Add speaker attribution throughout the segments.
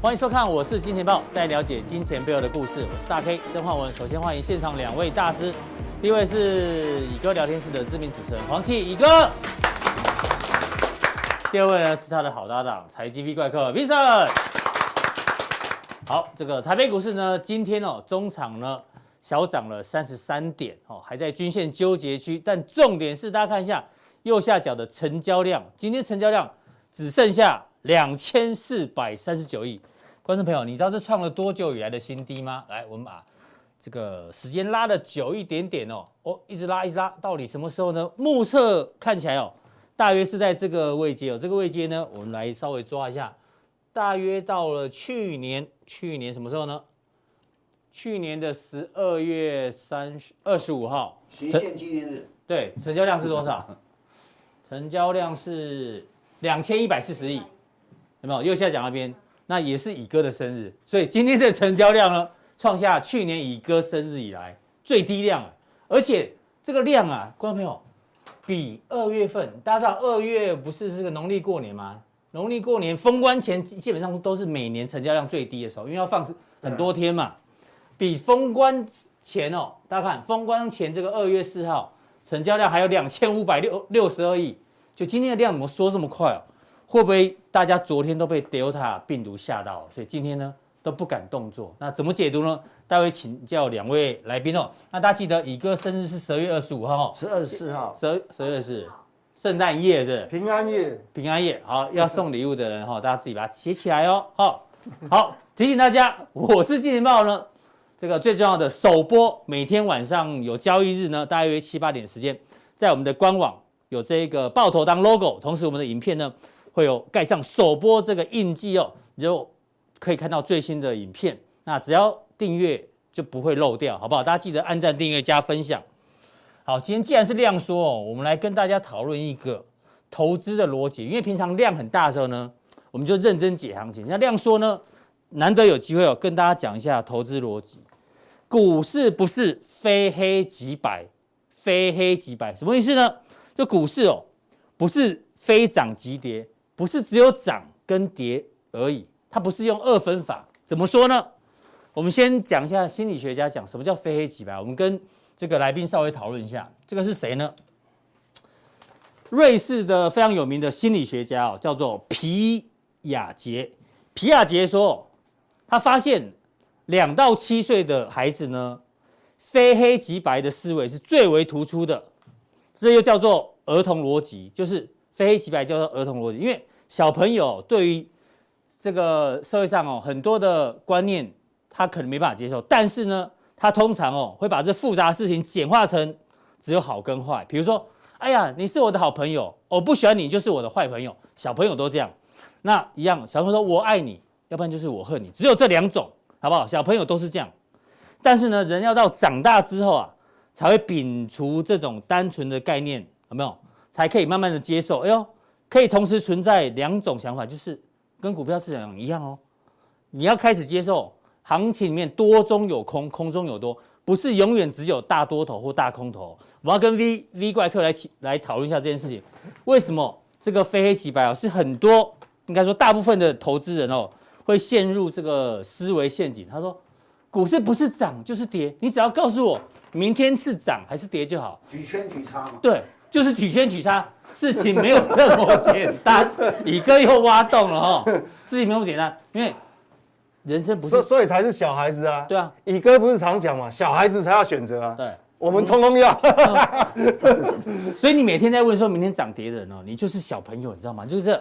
Speaker 1: 欢迎收看，我是金钱豹，带了解金钱背后的故事。我是大 K 曾焕文。首先欢迎现场两位大师，第一位是以哥聊天室的知名主持人黄奇以哥，第二位呢是他的好搭档财经 V 怪客 Vincent。好，这个台北股市呢，今天哦，中场呢小涨了三十三点哦，还在均线纠结区。但重点是大家看一下右下角的成交量，今天成交量只剩下两千四百三十九亿。观众朋友，你知道这创了多久以来的新低吗？来，我们把这个时间拉的久一点点哦，哦，一直拉一直拉，到底什么时候呢？目测看起来哦，大约是在这个位阶哦，这个位阶呢，我们来稍微抓一下。大约到了去年，去年什么时候呢？去年的十二月三十二十五号，
Speaker 2: 斜线纪念日，
Speaker 1: 对，成交量是多少？成交量是两千一百四十亿，有没有？右下角那边，那也是乙哥的生日，所以今天的成交量呢，创下去年乙哥生日以来最低量了，而且这个量啊，观众朋友，比二月份，大家知道二月不是是个农历过年吗？农历过年封关前基基本上都是每年成交量最低的时候，因为要放很多天嘛，比封关前哦，大家看封关前这个二月四号成交量还有两千五百六六十二亿，就今天的量怎么缩这么快哦？会不会大家昨天都被 Delta 病毒吓到，所以今天呢都不敢动作？那怎么解读呢？待会请教两位来宾哦。那大家记得乙哥生日是十二月二十五号哦，
Speaker 2: 十二十四号
Speaker 1: 十二十二月是圣诞夜是不是？
Speaker 2: 平安夜，
Speaker 1: 平安夜，好，要送礼物的人哈、大家自己把它写起来哦。好、好，提醒大家，我是金钱豹呢，这个最重要的首播，每天晚上有交易日呢，大约七八点时间，在我们的官网有这个爆头当 logo，同时我们的影片呢会有盖上首播这个印记哦，你就可以看到最新的影片。那只要订阅就不会漏掉，好不好？大家记得按赞、订阅、加分享。好，今天既然是量缩哦，我们来跟大家讨论一个投资的逻辑，因为平常量很大的时候呢，我们就认真解行情。那量缩呢，难得有机会哦，跟大家讲一下投资逻辑。股市不是非黑即白，非黑即白什么意思呢？就股市哦，不是非涨即跌，不是只有涨跟跌而已，它不是用二分法。怎么说呢？我们先讲一下心理学家讲什么叫非黑即白。我们跟这个来宾稍微讨论一下，这个是谁呢？瑞士的非常有名的心理学家哦，叫做皮亚杰。皮亚杰说，他发现两到七岁的孩子呢，非黑即白的思维是最为突出的，这又叫做儿童逻辑，就是非黑即白叫做儿童逻辑，因为小朋友对于这个社会上哦很多的观念，他可能没办法接受，但是呢，他通常哦会把这复杂的事情简化成只有好跟坏，比如说。哎呀，你是我的好朋友，我不喜欢你就是我的坏朋友。小朋友都这样，那一样，小朋友说我爱你，要不然就是我恨你，只有这两种，好不好？小朋友都是这样，但是呢，人要到长大之后啊，才会摒除这种单纯的概念，有没有？才可以慢慢的接受。哎呦，可以同时存在两种想法，就是跟股票市场一样哦，你要开始接受行情里面多中有空，空中有多，不是永远只有大多头或大空头。我要跟 V V 怪客来起来讨论一下这件事情，为什么这个非黑即白哦，是很多应该说大部分的投资人哦会陷入这个思维陷阱。他说，股市不是涨就是跌，你只要告诉我明天是涨还是跌就好。
Speaker 2: 举圈举叉嘛，
Speaker 1: 对，就是举圈举叉，事情没有这么简单。 乙哥又挖洞了哈，事情没有那么简单，因为人生不
Speaker 3: 所
Speaker 1: 是
Speaker 3: 所以才是小孩子啊。
Speaker 1: 对啊，
Speaker 3: 乙哥不是常讲嘛，小孩子才要选择啊。
Speaker 1: 对。
Speaker 3: 我们通通要。
Speaker 1: 所以你每天在问说明天涨跌的人哦，你就是小朋友，你知道吗？就是这，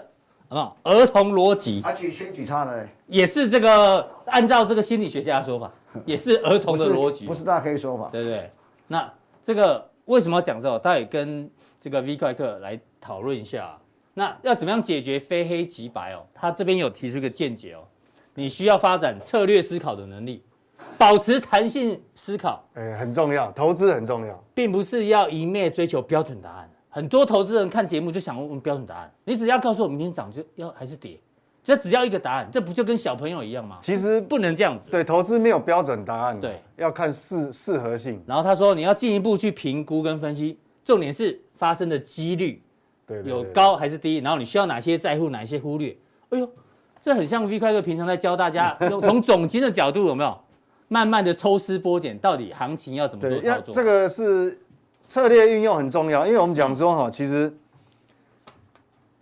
Speaker 1: 好不好？儿童逻辑
Speaker 2: 啊，举圈举叉的嘞，
Speaker 1: 也是这个，按照这个心理学家的说 法，也是儿童
Speaker 2: 不
Speaker 1: 的
Speaker 2: 是
Speaker 1: 逻辑，
Speaker 2: 不是大 K 说法，
Speaker 1: 对不对？那这个为什么要讲这个？他也跟这个 V 怪客来讨论一下。啊那要怎么样解决非黑即白哦？他这边有提出一个见解哦，你需要发展策略思考的能力，保持弹性思考，
Speaker 3: 哎，很重要，投资很重要。
Speaker 1: 并不是要一昧追求标准答案。很多投资人看节目就想问标准答案，你只要告诉我明天涨就要还是跌，这只要一个答案，这不就跟小朋友一样吗？
Speaker 3: 其实
Speaker 1: 不能这样子。
Speaker 3: 对投资没有标准答案，啊
Speaker 1: 对，
Speaker 3: 要看适适合性。
Speaker 1: 然后他说你要进一步去评估跟分析，重点是发生的几率
Speaker 3: 对，对
Speaker 1: 有。
Speaker 3: 对
Speaker 1: 高还是低，然后你需要哪些在乎，哪些忽略。哎呦，这很像 V 快哥平常在教大家， 用从总经的角度有没有，慢慢的抽丝剥茧，到底行情要怎么
Speaker 3: 对
Speaker 1: 做，
Speaker 3: 要
Speaker 1: 操作？
Speaker 3: 这个是策略运用很重要，因为我们讲说哈，其实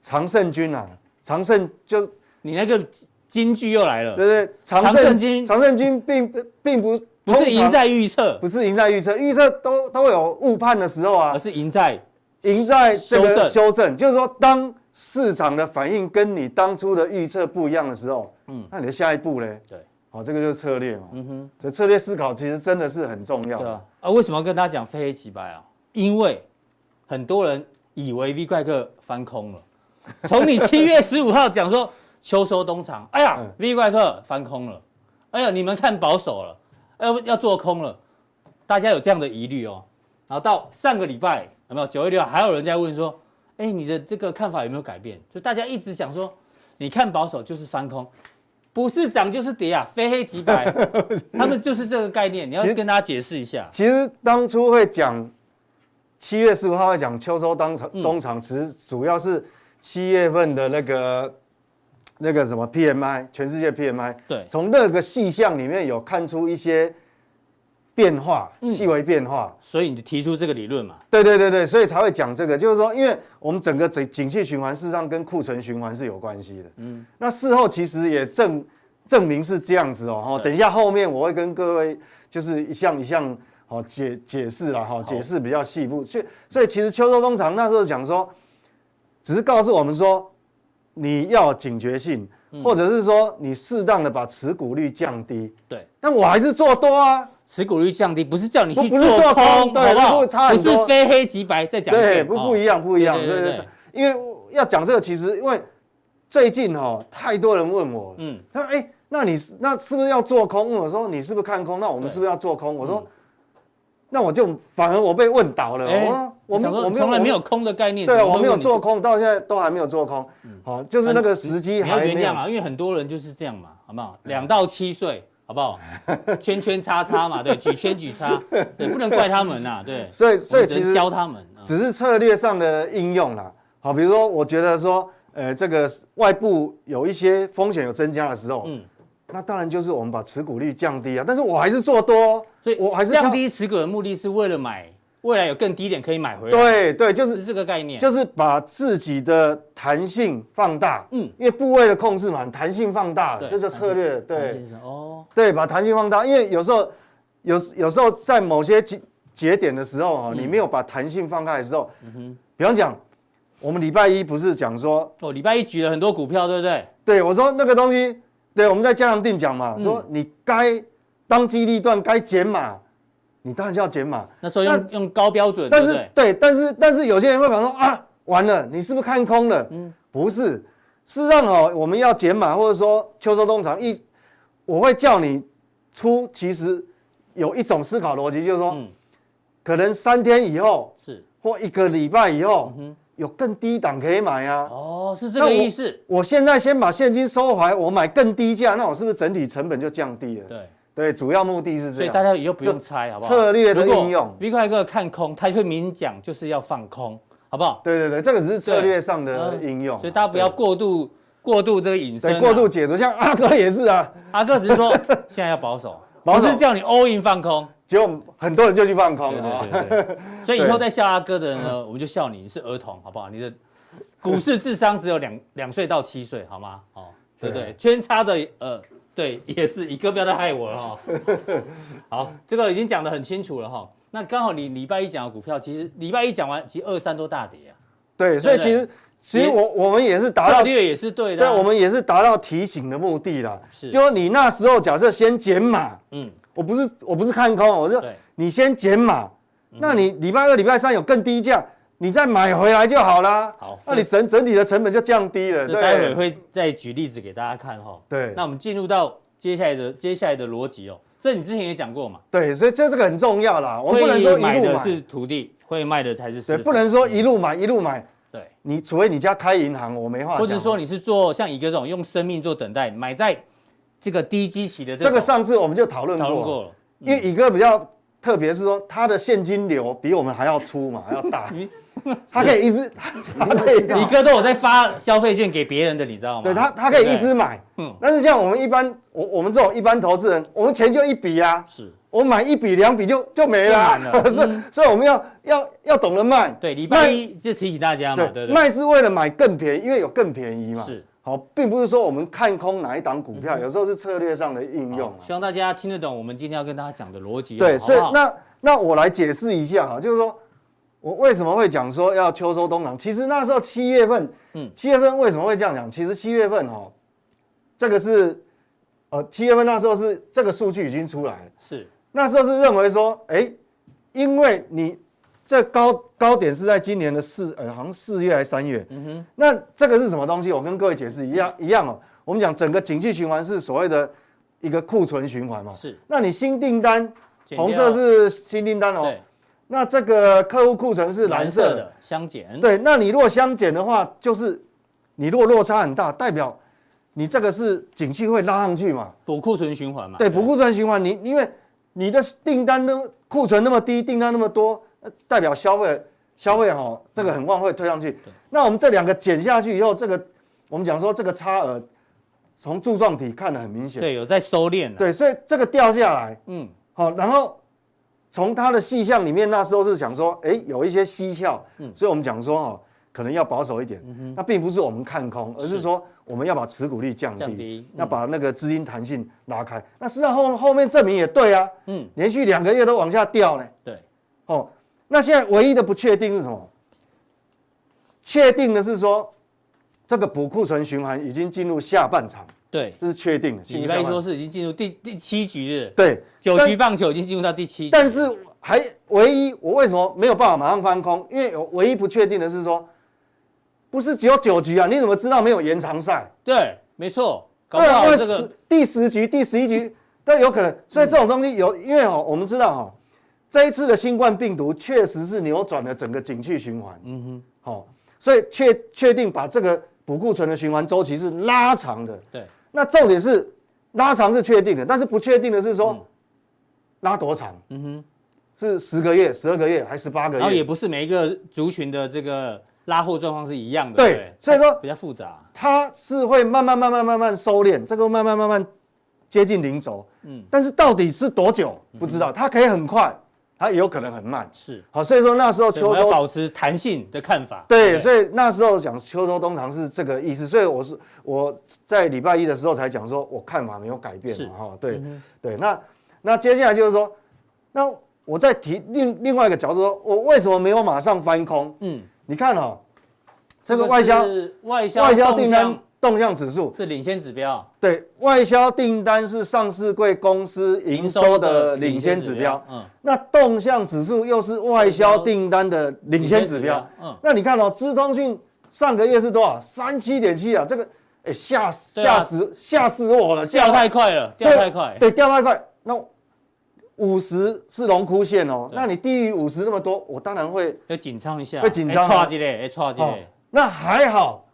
Speaker 3: 常胜军啊，常胜就
Speaker 1: 你那个金句又来了，
Speaker 3: 对对，
Speaker 1: 常胜军
Speaker 3: 常胜军并不并不
Speaker 1: 不
Speaker 3: 通
Speaker 1: 是
Speaker 3: 常
Speaker 1: 赢在预测，
Speaker 3: 不是赢在预测，预测都都有误判的时候啊
Speaker 1: 而，是赢在
Speaker 3: 赢在这个
Speaker 1: 修正
Speaker 3: 修正，就是说当市场的反应跟你当初的预测不一样的时候，
Speaker 1: 嗯
Speaker 3: 嗯，那你的下一步嘞？
Speaker 1: 对，
Speaker 3: 好、这个就是策略嘛。
Speaker 1: 嗯哼，
Speaker 3: 所以策略思考其实真的是很重要
Speaker 1: 对
Speaker 3: 的。
Speaker 1: 啊，啊，为什么要跟大家讲非黑即白啊？因为很多人以为 V 怪客翻空了，从你七月十五号讲说秋收冬藏，哎呀、
Speaker 3: 嗯
Speaker 1: v 怪客翻空了，哎呀，你们看保守了，要要做空了，大家有这样的疑虑哦。然后到上个礼拜有没有九月六号，还有人在问说，哎，你的这个看法有没有改变？就大家一直想说，你看保守就是翻空。不是涨就是跌啊，非黑即 白，他们就是这个概念，你要
Speaker 3: 其实
Speaker 1: 跟大家解释一下。
Speaker 3: 其实当初会讲七月十五号会讲秋收当场
Speaker 1: 嗯
Speaker 3: 冬场，其实主要是七月份的那个那个什么 PMI，全世界 PMI，
Speaker 1: 对，
Speaker 3: 从那个细项里面有看出一些变化，
Speaker 1: 嗯
Speaker 3: 细微变化。
Speaker 1: 所以你就提出这个理论嘛，
Speaker 3: 对对对对，所以才会讲这个，就是说，因为我们整个景景气循环事实上跟库存循环是有关系的。嗯，那事后其实也证证明是这样子哦。哦，
Speaker 1: 对
Speaker 3: 等一下后面我会跟各位就是一项一项哦解解释啦哈、哦，解释比较细部。所以所以其实秋收冬藏那时候讲说，只是告诉我们说你要有警觉性，或者是说你适当的把持股率降低。
Speaker 1: 对，
Speaker 3: 那我还是做多啊。
Speaker 1: 持股率降低不是叫你去
Speaker 3: 不不是做空
Speaker 1: 空，
Speaker 3: 对
Speaker 1: 好不
Speaker 3: 那
Speaker 1: 好？
Speaker 3: 会差
Speaker 1: 不
Speaker 3: 很
Speaker 1: 是
Speaker 3: 多
Speaker 1: 非黑即白，再讲一
Speaker 3: 对，
Speaker 1: 遍，
Speaker 3: 不
Speaker 1: 哦
Speaker 3: 不一样，不一样。
Speaker 1: 对
Speaker 3: 所
Speaker 1: 对
Speaker 3: 以
Speaker 1: 对对，
Speaker 3: 因为要讲这个，其实因为最近哈、哦、太多人问我了，
Speaker 1: 嗯，
Speaker 3: 他说：“哎、那你是那是不是要做空？”我说：“你是不是看空？那我们
Speaker 1: 对
Speaker 3: 是不是要做空？”我说：“那我就反而我被问倒了。
Speaker 1: 嗯哎
Speaker 3: 我说：“
Speaker 1: 想
Speaker 3: 我们
Speaker 1: 说
Speaker 3: 我
Speaker 1: 从来没
Speaker 3: 有
Speaker 1: 有空的概念，
Speaker 3: 对
Speaker 1: 怎
Speaker 3: 啊，
Speaker 1: 么会
Speaker 3: 我没有
Speaker 1: 问你
Speaker 3: 做空，到现在都还没有做空。好、就
Speaker 1: 这
Speaker 3: 是那个时机
Speaker 1: 你要
Speaker 3: 还
Speaker 1: 原
Speaker 3: 没有
Speaker 1: 谅。啊，因为很多人就是这样嘛，好不好？两到七岁，好不 好？圈圈叉叉嘛，对，举圈举叉，对，不能怪他们呐，对，
Speaker 3: 所以所
Speaker 1: 我
Speaker 3: 以
Speaker 1: 们只
Speaker 3: 其
Speaker 1: 能
Speaker 3: 实
Speaker 1: 教他们，嗯
Speaker 3: 只是策略上的应用啦。好，比如说我觉得说，呃，这个外部有一些风险有增加的时候，
Speaker 1: 嗯，
Speaker 3: 那当然就是我们把持股率降低啊，但是我还是做多哦，
Speaker 1: 所以
Speaker 3: 我还是
Speaker 1: 降
Speaker 3: 看。
Speaker 1: 低持股的目的是为了买未来有更低点可以买回来，
Speaker 3: 对对，就是
Speaker 1: 是这个概念，
Speaker 3: 就是把自己的弹性放大，
Speaker 1: 嗯，
Speaker 3: 因为部位的控制嘛，弹性放大
Speaker 1: 对嗯
Speaker 3: 了，这就策略了，
Speaker 1: 黄
Speaker 3: 对
Speaker 1: 先生哦，
Speaker 3: 对，把弹性放大，因为有时候有有时候在某些节节点的时候
Speaker 1: 嗯
Speaker 3: 哦，你没有把弹性放开的时候，比方讲，我们礼拜一不是讲说
Speaker 1: 哦，礼拜一举了很多股票，对不对？
Speaker 3: 对，我说那个东西，对，我们在加强定讲
Speaker 1: 嗯
Speaker 3: 嘛，说你该当机立断，该减码，你当然就要减码。
Speaker 1: 那时候用用高标准，
Speaker 3: 但
Speaker 1: 对不
Speaker 3: 是
Speaker 1: 对？
Speaker 3: 对，但是但是有些人会讲说啊，完了，你是不是看空了？嗯，不是，事实上哦，我们要减码，或者说秋收冬藏一，我会叫你出，其实有一种思考逻辑，就是说，
Speaker 1: 嗯
Speaker 3: 可能三天以后
Speaker 1: 是
Speaker 3: 或一个礼拜以后，
Speaker 1: 嗯
Speaker 3: 有更低档可以买啊。
Speaker 1: 哦，是这个意思。
Speaker 3: 我现在先把现金收回来，我买更低价，那我是不是整体成本就降低了？
Speaker 1: 对，
Speaker 3: 对，主要目的是
Speaker 1: 所
Speaker 3: 这
Speaker 1: 以大
Speaker 3: 样。
Speaker 1: 家以后不用猜，好不好？
Speaker 3: 策略的应用
Speaker 1: 如果 B 快哥看空，他会明讲就是要放空，好不好？
Speaker 3: 对对对，这个只是策略上的
Speaker 1: 嗯
Speaker 3: 应用啊，
Speaker 1: 所以大家不要
Speaker 3: 对
Speaker 1: 过度过度这个引申啊。
Speaker 3: 对过度解读，像阿哥也是啊，
Speaker 1: 阿哥只是 说现在要保守，
Speaker 3: 保
Speaker 1: 不
Speaker 3: 守
Speaker 1: 是叫你 all in 放空。
Speaker 3: 结果很多人就去放空
Speaker 1: 对
Speaker 3: 了啊。
Speaker 1: 对对对。所以以后在笑阿哥的人呢，我们就笑你你是儿童，好不好？你的股市智商只有两两岁到七岁，好吗？哦，对不对？圈差的呃，对，也是一个不要再害我了哈、 好，这个已经讲得很清楚了哈、那刚好你礼拜一讲的股票，其实礼拜一讲完，其实二三都大跌啊，
Speaker 3: 对，所以其实其实
Speaker 1: 也
Speaker 3: 我我们也是达
Speaker 1: 策
Speaker 3: 到，
Speaker 1: 略也是对的、
Speaker 3: 对，
Speaker 1: 啊。
Speaker 3: 我们也是达到提醒的目的啦。
Speaker 1: 是
Speaker 3: 就说你那时候假设先减码，
Speaker 1: 嗯，
Speaker 3: 我不是我不是看空，啊我就
Speaker 1: 对嗯
Speaker 3: 你先减码，那你礼拜二、礼拜三有更低价，你再买回来就好啦。
Speaker 1: 好
Speaker 3: 那你整整体的成本就降低了，
Speaker 1: 这待会
Speaker 3: 呃对
Speaker 1: 会再举例子给大家看哈、
Speaker 3: 对
Speaker 1: 那我们进入到接下来的接下来的逻辑哦，这你之前也讲过嘛，
Speaker 3: 对，所以这这个很重要啦，我们不能说
Speaker 1: 会
Speaker 3: 一
Speaker 1: 买
Speaker 3: 路
Speaker 1: 的
Speaker 3: 买，
Speaker 1: 是嗯徒弟，会卖的才是师
Speaker 3: 对，
Speaker 1: 傅
Speaker 3: 不能说一路买一路买，
Speaker 1: 对，
Speaker 3: 你除非你家开银行，我没话讲。
Speaker 1: 或者说你是做像一个这种用生命做等待，买在这个低基期的
Speaker 3: 这个
Speaker 1: 种
Speaker 3: 上次我们就讨论
Speaker 1: 讨论
Speaker 3: 过，
Speaker 1: 过了，嗯，
Speaker 3: 因为乙哥比较特别是说他的现金流比我们还要粗嘛，还要大
Speaker 1: 你
Speaker 3: 他可以一直， 他可以，
Speaker 1: 李哥都有在发消费券给别人的，你知道吗？
Speaker 3: 对他他可以一直
Speaker 1: 对
Speaker 3: 买。
Speaker 1: 不对，嗯，
Speaker 3: 但是像我们一般，我我们这种一般投资人，我们钱就一笔啊，
Speaker 1: 是，
Speaker 3: 我买一笔两笔就就没了啊，
Speaker 1: 就 嗯
Speaker 3: 所以、所以我们要要要懂得卖，
Speaker 1: 对，礼拜一就提醒大家嘛，对不对？
Speaker 3: 卖是为了买更便宜，因为有更便宜嘛。
Speaker 1: 是，嗯
Speaker 3: 好，并不是说我们看空哪一档股票，有时候是策略上的应用
Speaker 1: 好
Speaker 3: 啊。
Speaker 1: 希望大家听得懂我们今哦天要跟大家讲的逻辑哦，好
Speaker 3: 对，
Speaker 1: 不
Speaker 3: 所以
Speaker 1: 好
Speaker 3: 那那我来解释一下哈，就是说我为什么会讲说要秋收冬藏。其实那时候七月份，
Speaker 1: 嗯
Speaker 3: 嗯，七月份为什么会这样讲？其实七月份哈，这个是呃七月份那时候是这个数据已经出来了，
Speaker 1: 是
Speaker 3: 那时候是认为说，哎，因为你这高高点是在今年的四呃好像四月还是三月，
Speaker 1: 嗯哼，
Speaker 3: 那这个是什么东西？我跟各位解释一样一样哦。我们讲整个景气循环是所谓的一个库存循环嘛。哦
Speaker 1: 是
Speaker 3: 那你新订单，
Speaker 1: 减掉
Speaker 3: 红色是新订单哦，
Speaker 1: 对
Speaker 3: 那这个客户库存是蓝
Speaker 1: 蓝
Speaker 3: 色的。
Speaker 1: 色的相减，
Speaker 3: 对，那你如果相减的话，就是你如果落差很大，代表你这个是景气会拉上去嘛？
Speaker 1: 补库存循环嘛，
Speaker 3: 对，不库存循环，你因为你的订单都库存那么低，订单那么多，呃代表消费消费哈、这个很旺会推上去。那我们这两个减下去以后，这个我们讲说这个差额从柱状体看得很明显，
Speaker 1: 对，有在收敛了，
Speaker 3: 对，所以这个掉下来，
Speaker 1: 嗯，
Speaker 3: 好、然后从它的细项里面，那时候是想说，哎，有一些蹊跷，
Speaker 1: 嗯
Speaker 3: 所以我们讲说哈、哦可能要保守一点，那并不是我们看空，而
Speaker 1: 是
Speaker 3: 是说我们要把持股率
Speaker 1: 降低嗯
Speaker 3: 要把那个资金弹性拉开。那事实上后后面证明也对啊，
Speaker 1: 嗯
Speaker 3: 嗯，连续两个月都往下掉呢。
Speaker 1: 对，
Speaker 3: 哦，那现在唯一的不确定是什么？确定的是说，这个补库存循环已经进入下半场，
Speaker 1: 对，
Speaker 3: 这是确定的。进
Speaker 1: 礼
Speaker 3: 入下
Speaker 1: 拜
Speaker 3: 半
Speaker 1: 一
Speaker 3: 场
Speaker 1: 说是已经进入第第七局了，
Speaker 3: 对，
Speaker 1: 九
Speaker 3: 但
Speaker 1: 局棒球已经进入到第七局，
Speaker 3: 但是还唯一我为什么没有办法马上翻空？因为有唯一不确定的是说，不是只有九局啊？你怎么知道没有延长赛？
Speaker 1: 对，没错，搞不
Speaker 3: 二
Speaker 1: 好
Speaker 3: 二
Speaker 1: 啊这
Speaker 3: 十
Speaker 1: 个
Speaker 3: 第十局、第十一局都有可能。所以这种东西有，因为哦，我们知道哦，这一次的新冠病毒确实是扭转了整个景气循环。嗯哼，好、所以确确定把这个补库存的循环周期是拉长的。
Speaker 1: 对
Speaker 3: 那重点是拉长是确定的，但是不确定的是说、
Speaker 1: 嗯
Speaker 3: 拉多长？嗯哼，是十个月、十二个月还是十八个
Speaker 1: 然后也
Speaker 3: 月？
Speaker 1: 不是每一个族群的这个拉货状况是一样的，
Speaker 3: 对
Speaker 1: 不
Speaker 3: 所以说
Speaker 1: 比较复杂，
Speaker 3: 它是会慢慢、慢慢、慢慢收敛，这个慢慢、慢慢接近零轴。嗯，但是到底是多久
Speaker 1: 嗯
Speaker 3: 不知道，它可以很快，它也有可能很慢。
Speaker 1: 是，
Speaker 3: 好，所以说那时候
Speaker 1: 所以我
Speaker 3: 秋
Speaker 1: 们要
Speaker 3: 收，
Speaker 1: 保持弹性的看法，
Speaker 3: 对，
Speaker 1: 不
Speaker 3: 所以那时候讲秋收冬藏是这个意思。所以我是我在礼拜一的时候才讲说，我看法没有改变
Speaker 1: 是
Speaker 3: 嘛，哈，对对。那那接下来就是说，那我再提另另外一个角度说，我为什么没有马上翻空？
Speaker 1: 嗯，
Speaker 3: 你看哦，这个外销
Speaker 1: 是外销
Speaker 3: 外销
Speaker 1: 动
Speaker 3: 订单
Speaker 1: 向
Speaker 3: 动向指数，
Speaker 1: 是领先指标，
Speaker 3: 对外销订单是上市贵公司营收的领先指标，，
Speaker 1: 嗯，
Speaker 3: 那动向指数又是外销订单的领先指标。，
Speaker 1: 嗯，
Speaker 3: 那你看哦，资通讯上个月是多少？三七点七啊，这个哎吓死
Speaker 1: 对啊
Speaker 3: 吓死吓死我了，
Speaker 1: 掉
Speaker 3: 吓
Speaker 1: 太快了，掉
Speaker 3: 所以
Speaker 1: 太快，
Speaker 3: 对，掉太快。那五十是龙枯线哦，
Speaker 1: 对
Speaker 3: 那你低于五十那么多，我当然会
Speaker 1: 要紧张一下，
Speaker 3: 会紧张啊
Speaker 1: 一嘞，哎，错一
Speaker 3: 哦
Speaker 1: 嘞，，
Speaker 3: 那还好，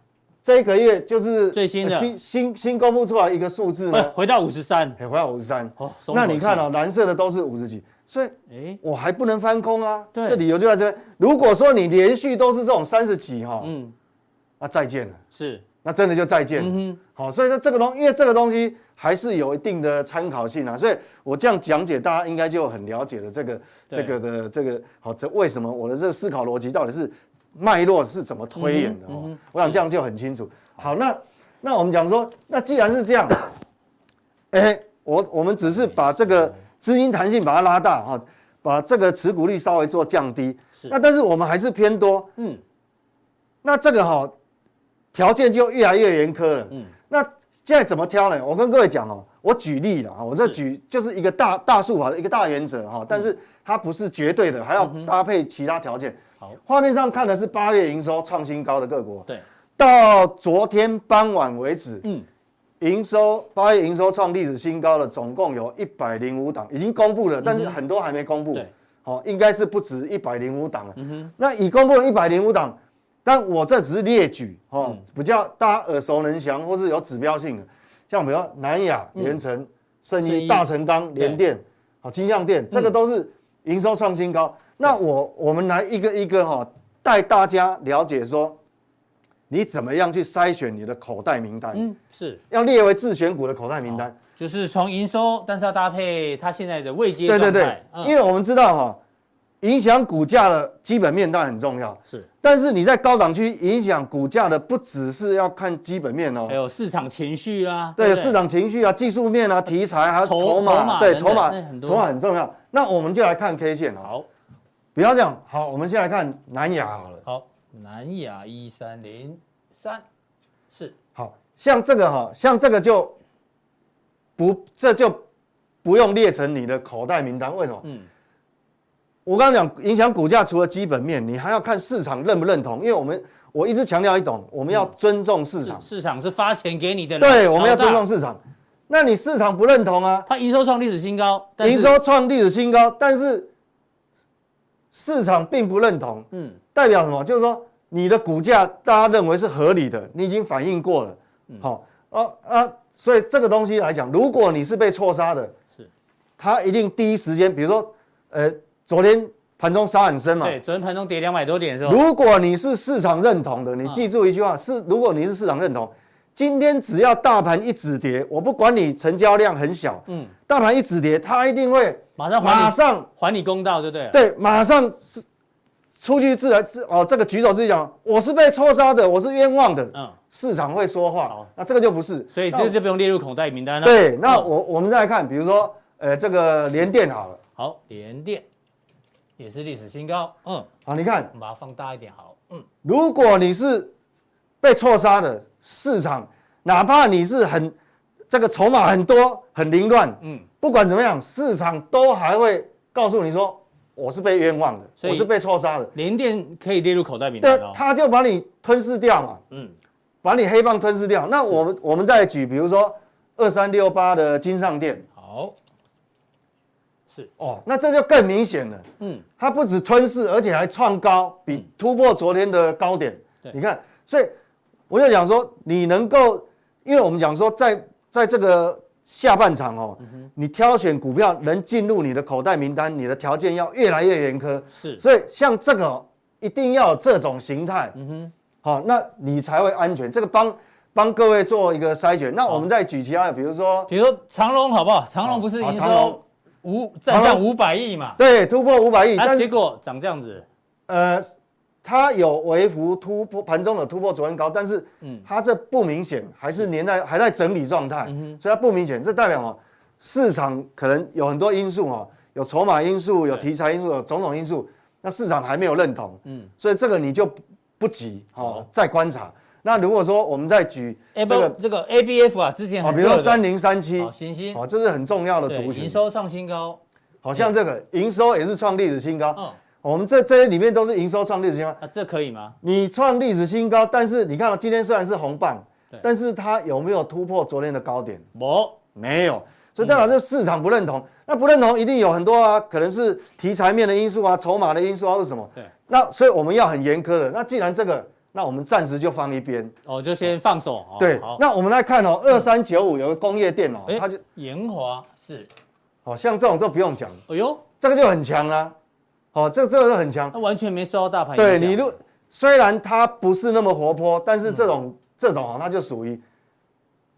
Speaker 3: 这一个月就是
Speaker 1: 最新的
Speaker 3: 呃新新新公布出来一个数字
Speaker 1: 哎
Speaker 3: 呢，
Speaker 1: 回到五十三，
Speaker 3: 哎，回到五十三。
Speaker 1: 哦，松
Speaker 3: 啊那
Speaker 1: 口
Speaker 3: 你看
Speaker 1: 气
Speaker 3: 哦，，蓝色的都是五十几，所以
Speaker 1: 哎，
Speaker 3: 我还不能翻空啊。
Speaker 1: 对
Speaker 3: 这理由就在这边。如果说你连续都是这种三十几哈，
Speaker 1: 嗯，
Speaker 3: 那再见了，
Speaker 1: 是，
Speaker 3: 那真的就再见了。
Speaker 1: 嗯
Speaker 3: 好，所以说这个东，因为这个东西还是有一定的参考性啊，所以我这样讲解，大家应该就很了解了这个
Speaker 1: 对
Speaker 3: 这个的这个好，这为什么我的这个思考逻辑到底是脉络是怎么推演
Speaker 1: 嗯
Speaker 3: 的哦？我想这样就很清楚。好，那那我们讲说，那既然是这样，哎，我我们只是把这
Speaker 1: 嗯
Speaker 3: 个资金弹性把它拉大哈，把这个持股率稍微做降低，
Speaker 1: 是
Speaker 3: 那但是我们还是偏多，
Speaker 1: 哼，嗯，
Speaker 3: 那这个哈、条件就越来越严苛了。
Speaker 1: 嗯
Speaker 3: 嗯，那现在怎么挑呢？我跟各位讲哦，我举例了啊，我这
Speaker 1: 是嗯
Speaker 3: 举就是一个大大数法的一个大原则哈、但是它不是绝对的，还要搭配其他条件。
Speaker 1: 好
Speaker 3: 画面上看的是八月营收创新高的各国，
Speaker 1: 对，
Speaker 3: 到昨天傍晚为止，
Speaker 1: 嗯，
Speaker 3: 营收八月营收创历史新高的，总共有一百零五档已经公布了，但是很多还没公布。
Speaker 1: 嗯对，
Speaker 3: 哦，应该是不止一百零五档
Speaker 1: 嗯
Speaker 3: 了。那已公布了一百零五档，但我这只是列举哦，
Speaker 1: 嗯
Speaker 3: 比较大家耳熟能详或是有指标性的，像比如说南亚、联城、圣
Speaker 1: 圣嗯
Speaker 3: 一、
Speaker 1: 衣
Speaker 3: 大成钢、联电、哦好金像电，这个都是营收创新高。那我我们来一个一个哈、哦带大家了解说，你怎么样去筛选你的口袋名单，
Speaker 1: 嗯，哦是，
Speaker 3: 要列为自选股的口袋名单。
Speaker 1: 就是从营收，但是要搭配它现在的未接
Speaker 3: 对
Speaker 1: 状态，
Speaker 3: 对对，
Speaker 1: 嗯，
Speaker 3: 因为我们知道哈、影响股价的基本面当然很重要，
Speaker 1: 是，
Speaker 3: 但是你在高档区影响股价的不只是要看基本面哦
Speaker 1: 还，有市场情绪啊，不
Speaker 3: 对市场情绪啊、技术面啊、题材还有
Speaker 1: 筹
Speaker 3: 筹
Speaker 1: 筹码
Speaker 3: 码，对
Speaker 1: 等
Speaker 3: 筹
Speaker 1: 等
Speaker 3: 码
Speaker 1: 那很多
Speaker 3: 筹码很重要。那我们就来看 K 线啊，
Speaker 1: 好
Speaker 3: 不要这样，哦好，我们先来看南亚好了。
Speaker 1: 好，南亚一三零三，是，
Speaker 3: 好像这个哈、像这个就不这就不用列成你的口袋名单，为什么？
Speaker 1: 嗯，
Speaker 3: 我刚刚讲影响股价，除了基本面，你还要看市场认不认同。因为我们我一直强调一种，我们要尊重市场，
Speaker 1: 市嗯场是发钱给你的人，
Speaker 3: 对，我们要尊重
Speaker 1: 老大，
Speaker 3: 市场。那你市场不认同啊，
Speaker 1: 它营收创历史新高，但是
Speaker 3: 营收，创历史新高，但是市场并不认同，
Speaker 1: 嗯，
Speaker 3: 代表什么？就是说你的股价大家认为是合理的，你已经反映过了，
Speaker 1: 嗯
Speaker 3: 好、哦啊，所以这个东西来讲，如果你是被错杀的，
Speaker 1: 是，
Speaker 3: 他一定第一时间，比如说，呃，昨天盘中杀很深嘛，
Speaker 1: 对，昨天盘中跌两百多点的时候，
Speaker 3: 嗯如果你是市场认同的，你
Speaker 1: 嗯
Speaker 3: 记住一句话：是如果你是市场认同，今天只要大盘一止跌，我不管你成交量很小，
Speaker 1: 嗯，
Speaker 3: 大盘一止跌，它一定会
Speaker 1: 马上还
Speaker 3: 马
Speaker 1: 你
Speaker 3: 上
Speaker 1: 还你公道，对不对了？
Speaker 3: 对马上是出去自然自哦，这个举手自己讲，我是被错杀的，我是冤枉的，
Speaker 1: 嗯，
Speaker 3: 市场会说话
Speaker 1: 好，
Speaker 3: 那这个就不是，
Speaker 1: 所以
Speaker 3: 那
Speaker 1: 这就不用列入口袋名单了。
Speaker 3: 对，那
Speaker 1: 嗯
Speaker 3: 我我们再来看，比如说呃这个联电好了，
Speaker 1: 好，联电也是历史新高，嗯，
Speaker 3: 好，你看
Speaker 1: 我们把它放大一点，好，嗯，
Speaker 3: 如果你是被错杀的市场，哪怕你是很这个筹码很多、很凌乱，
Speaker 1: 嗯，
Speaker 3: 不管怎么样，市场都还会告诉你说我是被冤枉的，
Speaker 1: 所以
Speaker 3: 我是被错杀的，
Speaker 1: 联电可以列入口袋名单
Speaker 3: 对
Speaker 1: 哦，，
Speaker 3: 他就把你吞噬掉嘛，
Speaker 1: 嗯，
Speaker 3: 把你黑棒吞噬掉。那我们我们再举，比如说二三六八的金上店，
Speaker 1: 好，是，
Speaker 3: 哦，那这就更明显了。
Speaker 1: 嗯，
Speaker 3: 它不止吞噬，而且还创高，比突破昨天的高点。
Speaker 1: 对
Speaker 3: 你看，所以我就讲说，你能够，因为我们讲说在，在这个下半场哦，你挑选股票能进入你的口袋名单，你的条件要越来越严苛。
Speaker 1: 是，
Speaker 3: 所以像这个、哦、一定要有这种形态，
Speaker 1: 嗯哼，
Speaker 3: 好、那你才会安全。这个帮帮各位做一个筛选。那我们再举其他的，比如说
Speaker 1: 比如说长隆好不好？长隆不是
Speaker 3: 好
Speaker 1: 营
Speaker 3: 哦长隆
Speaker 1: 收五站上五百亿嘛，
Speaker 3: 对突破五百亿，
Speaker 1: 那
Speaker 3: 但是
Speaker 1: 结果长这样子，
Speaker 3: 呃，它有微幅突破，盘中有突破昨天高，但是
Speaker 1: 嗯
Speaker 3: 它这不明显，还是年在还在整理状态，
Speaker 1: 嗯
Speaker 3: 所以它不明显，这代表哦，市场可能有很多因素哦，有筹码因素，有
Speaker 1: 对
Speaker 3: 题材因素，有种种因素，那市场还没有认同，
Speaker 1: 嗯，
Speaker 3: 所以这个你就不不急哦，再观察。那如果说我们再举
Speaker 1: 哎
Speaker 3: 这
Speaker 1: 不
Speaker 3: 个，
Speaker 1: 这个 ABF 啊，之前
Speaker 3: 哦，
Speaker 1: 很
Speaker 3: 比如说
Speaker 1: 热的
Speaker 3: 三零三七
Speaker 1: 好，行星，
Speaker 3: 哦，这是很重要的
Speaker 1: 对，
Speaker 3: 族群
Speaker 1: 营，收创新高，
Speaker 3: 好像这个营收也是创历史新高，哦
Speaker 1: 嗯，
Speaker 3: 我们这这些里面都是营收创历史新高。
Speaker 1: 那这可以吗？
Speaker 3: 你创历史新高，但是你看到哦今天虽然是红棒
Speaker 1: 对，
Speaker 3: 但是它有没有突破昨天的高点？
Speaker 1: 不，
Speaker 3: 没有，所以代表这市场不认
Speaker 1: 嗯
Speaker 3: 同。那不认同一定有很多啊，可能是题材面的因素啊、筹码的因素啊，或者什么。
Speaker 1: 对，
Speaker 3: 那所以我们要很严苛的。那既然这个，那我们暂时就放一边。
Speaker 1: 我就先放手，哦
Speaker 3: 对
Speaker 1: 好，，
Speaker 3: 那我们来看哦，二三九五有个工业电哦，
Speaker 1: 哎
Speaker 3: 它就
Speaker 1: 延华是，
Speaker 3: 好、像这种就不用讲，
Speaker 1: 哎呦。
Speaker 3: 这个就很强啊。好、这这个就很强。
Speaker 1: 那完全没受到大盘影
Speaker 3: 对
Speaker 1: 响。
Speaker 3: 你如虽然它不是那么活泼，但是这种、
Speaker 1: 嗯
Speaker 3: 这种哦，它就属于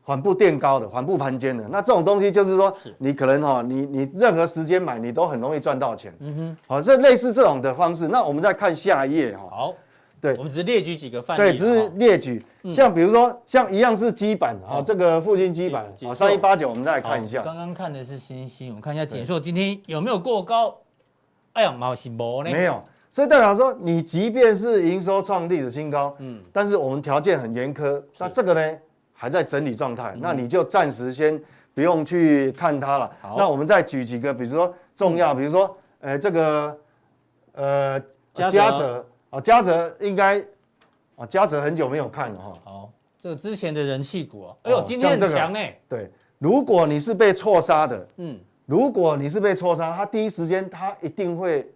Speaker 3: 缓步垫高的、缓步盘间的。那这种东西就是说，
Speaker 1: 是
Speaker 3: 你可能哈、哦，你你任何时间买，你都很容易赚到钱。
Speaker 1: 嗯哼，
Speaker 3: 好、这类似这种的方式。那我们再看下一页哈、
Speaker 1: 好，
Speaker 3: 对
Speaker 1: 我们只是列举几个范例啦，
Speaker 3: 对，只是
Speaker 1: 哈
Speaker 3: 列举，像比如说像一样是基板
Speaker 1: 哦
Speaker 3: 哈、
Speaker 1: 嗯
Speaker 3: 这个附近基板
Speaker 1: 基
Speaker 3: 啊，
Speaker 1: 基
Speaker 3: 三一八九，我们再来看一
Speaker 1: 好
Speaker 3: 下，
Speaker 1: 刚刚看的是星星，我们看一下锦硕今天有没有过高？哎呀，毛是没呢，
Speaker 3: 没有。所以代表说，你即便是营收创历史新高，
Speaker 1: 嗯，
Speaker 3: 但是我们条件很严苛，那这个呢还在整理状
Speaker 1: 嗯
Speaker 3: 态，那你就暂时先不用去看它了
Speaker 1: 好。嗯
Speaker 3: 那我们再举几个，比如说重要，比如说呃这个呃
Speaker 1: 嘉泽
Speaker 3: 嘉泽啊，嘉泽应该啊嘉泽很久没有看了哈。
Speaker 1: 好，这个之前的人气股哦，哎呦，
Speaker 3: 哦
Speaker 1: 今天很
Speaker 3: 像这个
Speaker 1: 强呢，
Speaker 3: 对，如果你是被错杀的，
Speaker 1: 嗯，
Speaker 3: 如果你是被错杀，它第一时间它一定会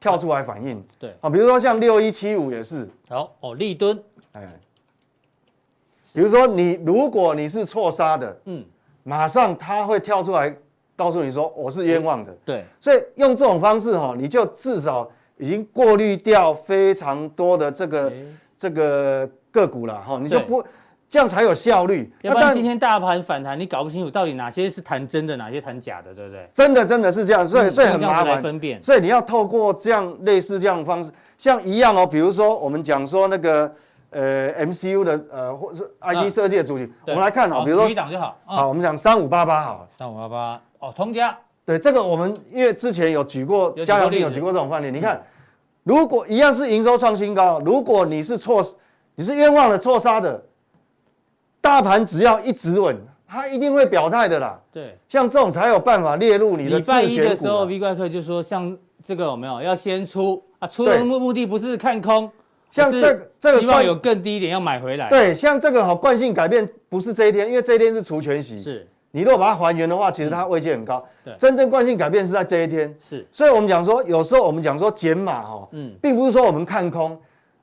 Speaker 3: 跳出来反应。
Speaker 1: 对，
Speaker 3: 啊，比如说像六一七五也是，
Speaker 1: 好，哦，立敦，
Speaker 3: 哎，比如说你如果你是错杀的，
Speaker 1: 嗯，
Speaker 3: 马上他会跳出来告诉你说我是冤枉的。
Speaker 1: 对，
Speaker 3: 所以用这种方式哈、你就至少已经过滤掉非常多的这个、
Speaker 1: 哎
Speaker 3: 这个个股了哈，你就
Speaker 1: 对
Speaker 3: 不这样才有效率。
Speaker 1: 要不
Speaker 3: 那
Speaker 1: 然
Speaker 3: 但
Speaker 1: 今天大盘反弹，你搞不清楚到底哪些是谈真的，哪些谈假的，对不对？
Speaker 3: 真的真的是这样，所以
Speaker 1: 嗯
Speaker 3: 所以很
Speaker 1: 这样
Speaker 3: 麻
Speaker 1: 子来
Speaker 3: 烦。
Speaker 1: 分辨。
Speaker 3: 所以你要透过这样类似这样的方式，像一样哦，比如说我们讲说那个呃 MCU 的呃或是
Speaker 1: 嗯
Speaker 3: IC 设计的主题，我
Speaker 1: 对哦
Speaker 3: 们来看哦好，比如
Speaker 1: 举
Speaker 3: 说
Speaker 1: 一档就好。
Speaker 3: 好，
Speaker 1: 好，
Speaker 3: 我们讲三五八八好了，
Speaker 1: 三五八八，哦，通家
Speaker 3: 对这个我们因为之前有举过
Speaker 1: 有举过
Speaker 3: 嘉阳
Speaker 1: 例
Speaker 3: 店
Speaker 1: 子嗯
Speaker 3: 有举过这种范例，你看如果一样是营收创新高，如果你是错你是冤枉的错杀的，大盘只要一直稳，它一定会表态的啦。
Speaker 1: 对。
Speaker 3: 像这种才有办法列入你的
Speaker 1: 礼
Speaker 3: 自
Speaker 1: 拜一的
Speaker 3: 选
Speaker 1: 时
Speaker 3: 股
Speaker 1: 候
Speaker 3: 啊。
Speaker 1: ，V 怪客就说，像这个有没有要先出啊？出
Speaker 3: 对
Speaker 1: 的目目的不是看空，
Speaker 3: 像
Speaker 1: 而是
Speaker 3: 这个这个
Speaker 1: 希望
Speaker 3: 关
Speaker 1: 有更低一点要买回来。，
Speaker 3: 对，像这个好惯性改变不是这一天，因为这一天是除权息，
Speaker 1: 是
Speaker 3: 你如果把它还原的话，其实它位阶很高。
Speaker 1: 对
Speaker 3: 真正惯性改变是在这一天，
Speaker 1: 是，
Speaker 3: 所以我们讲说，有时候我们讲说减码哦，
Speaker 1: 嗯，
Speaker 3: 并不是说我们看空，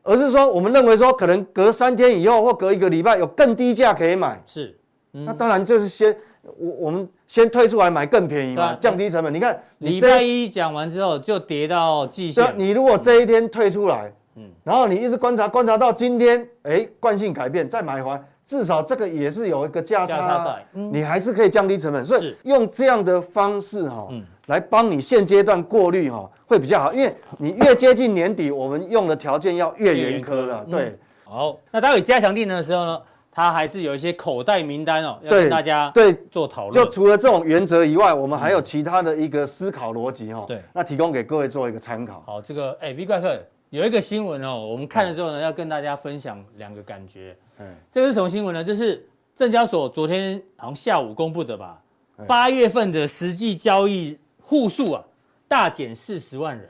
Speaker 3: 而是说我们认为说可能隔三天以后或隔一个礼拜有更低价可以买，
Speaker 1: 是，
Speaker 3: 那当然就是先我我们先退出来买更便宜
Speaker 1: 对
Speaker 3: 嘛
Speaker 1: 啊，
Speaker 3: 降低成本。你看你
Speaker 1: 礼
Speaker 3: 这
Speaker 1: 拜
Speaker 3: 一
Speaker 1: 一讲完之后就跌到季
Speaker 3: 对啊
Speaker 1: 线，
Speaker 3: 你如果这一天退出来，
Speaker 1: 嗯
Speaker 3: 然后你一直观察观察到今天，哎，惯性改变再买回来，至少这个也是有一个价差
Speaker 1: 价
Speaker 3: 啊，
Speaker 1: 差在，嗯，
Speaker 3: 你还是可以降低成本，所以
Speaker 1: 是
Speaker 3: 用这样的方式哈、
Speaker 1: 嗯
Speaker 3: 来帮你现阶段过滤哈、会比较好，因为你越接近年底，我们用的条件要越严苛了，
Speaker 1: 越严苛
Speaker 3: 对、
Speaker 1: 好，那待会加强定的时候呢，它还是有一些口袋名单哦，要
Speaker 3: 对
Speaker 1: 跟大家
Speaker 3: 对。
Speaker 1: 做讨
Speaker 3: 就
Speaker 1: 论。
Speaker 3: 除了这种原则以外，我们还有其他的一个思考逻辑哈、
Speaker 1: 对
Speaker 3: 那提供给各位做一个参考。
Speaker 1: 好，这个哎，V 怪客有一个新闻哦，我们看
Speaker 3: 嗯
Speaker 1: 了之后呢，要跟大家分享两个感觉。
Speaker 3: 哎，
Speaker 1: 这个是什么新闻呢？这是证交所昨天好像下午公布的吧
Speaker 3: 哎，
Speaker 1: 八月份的实际交易户数啊，大减四十万人。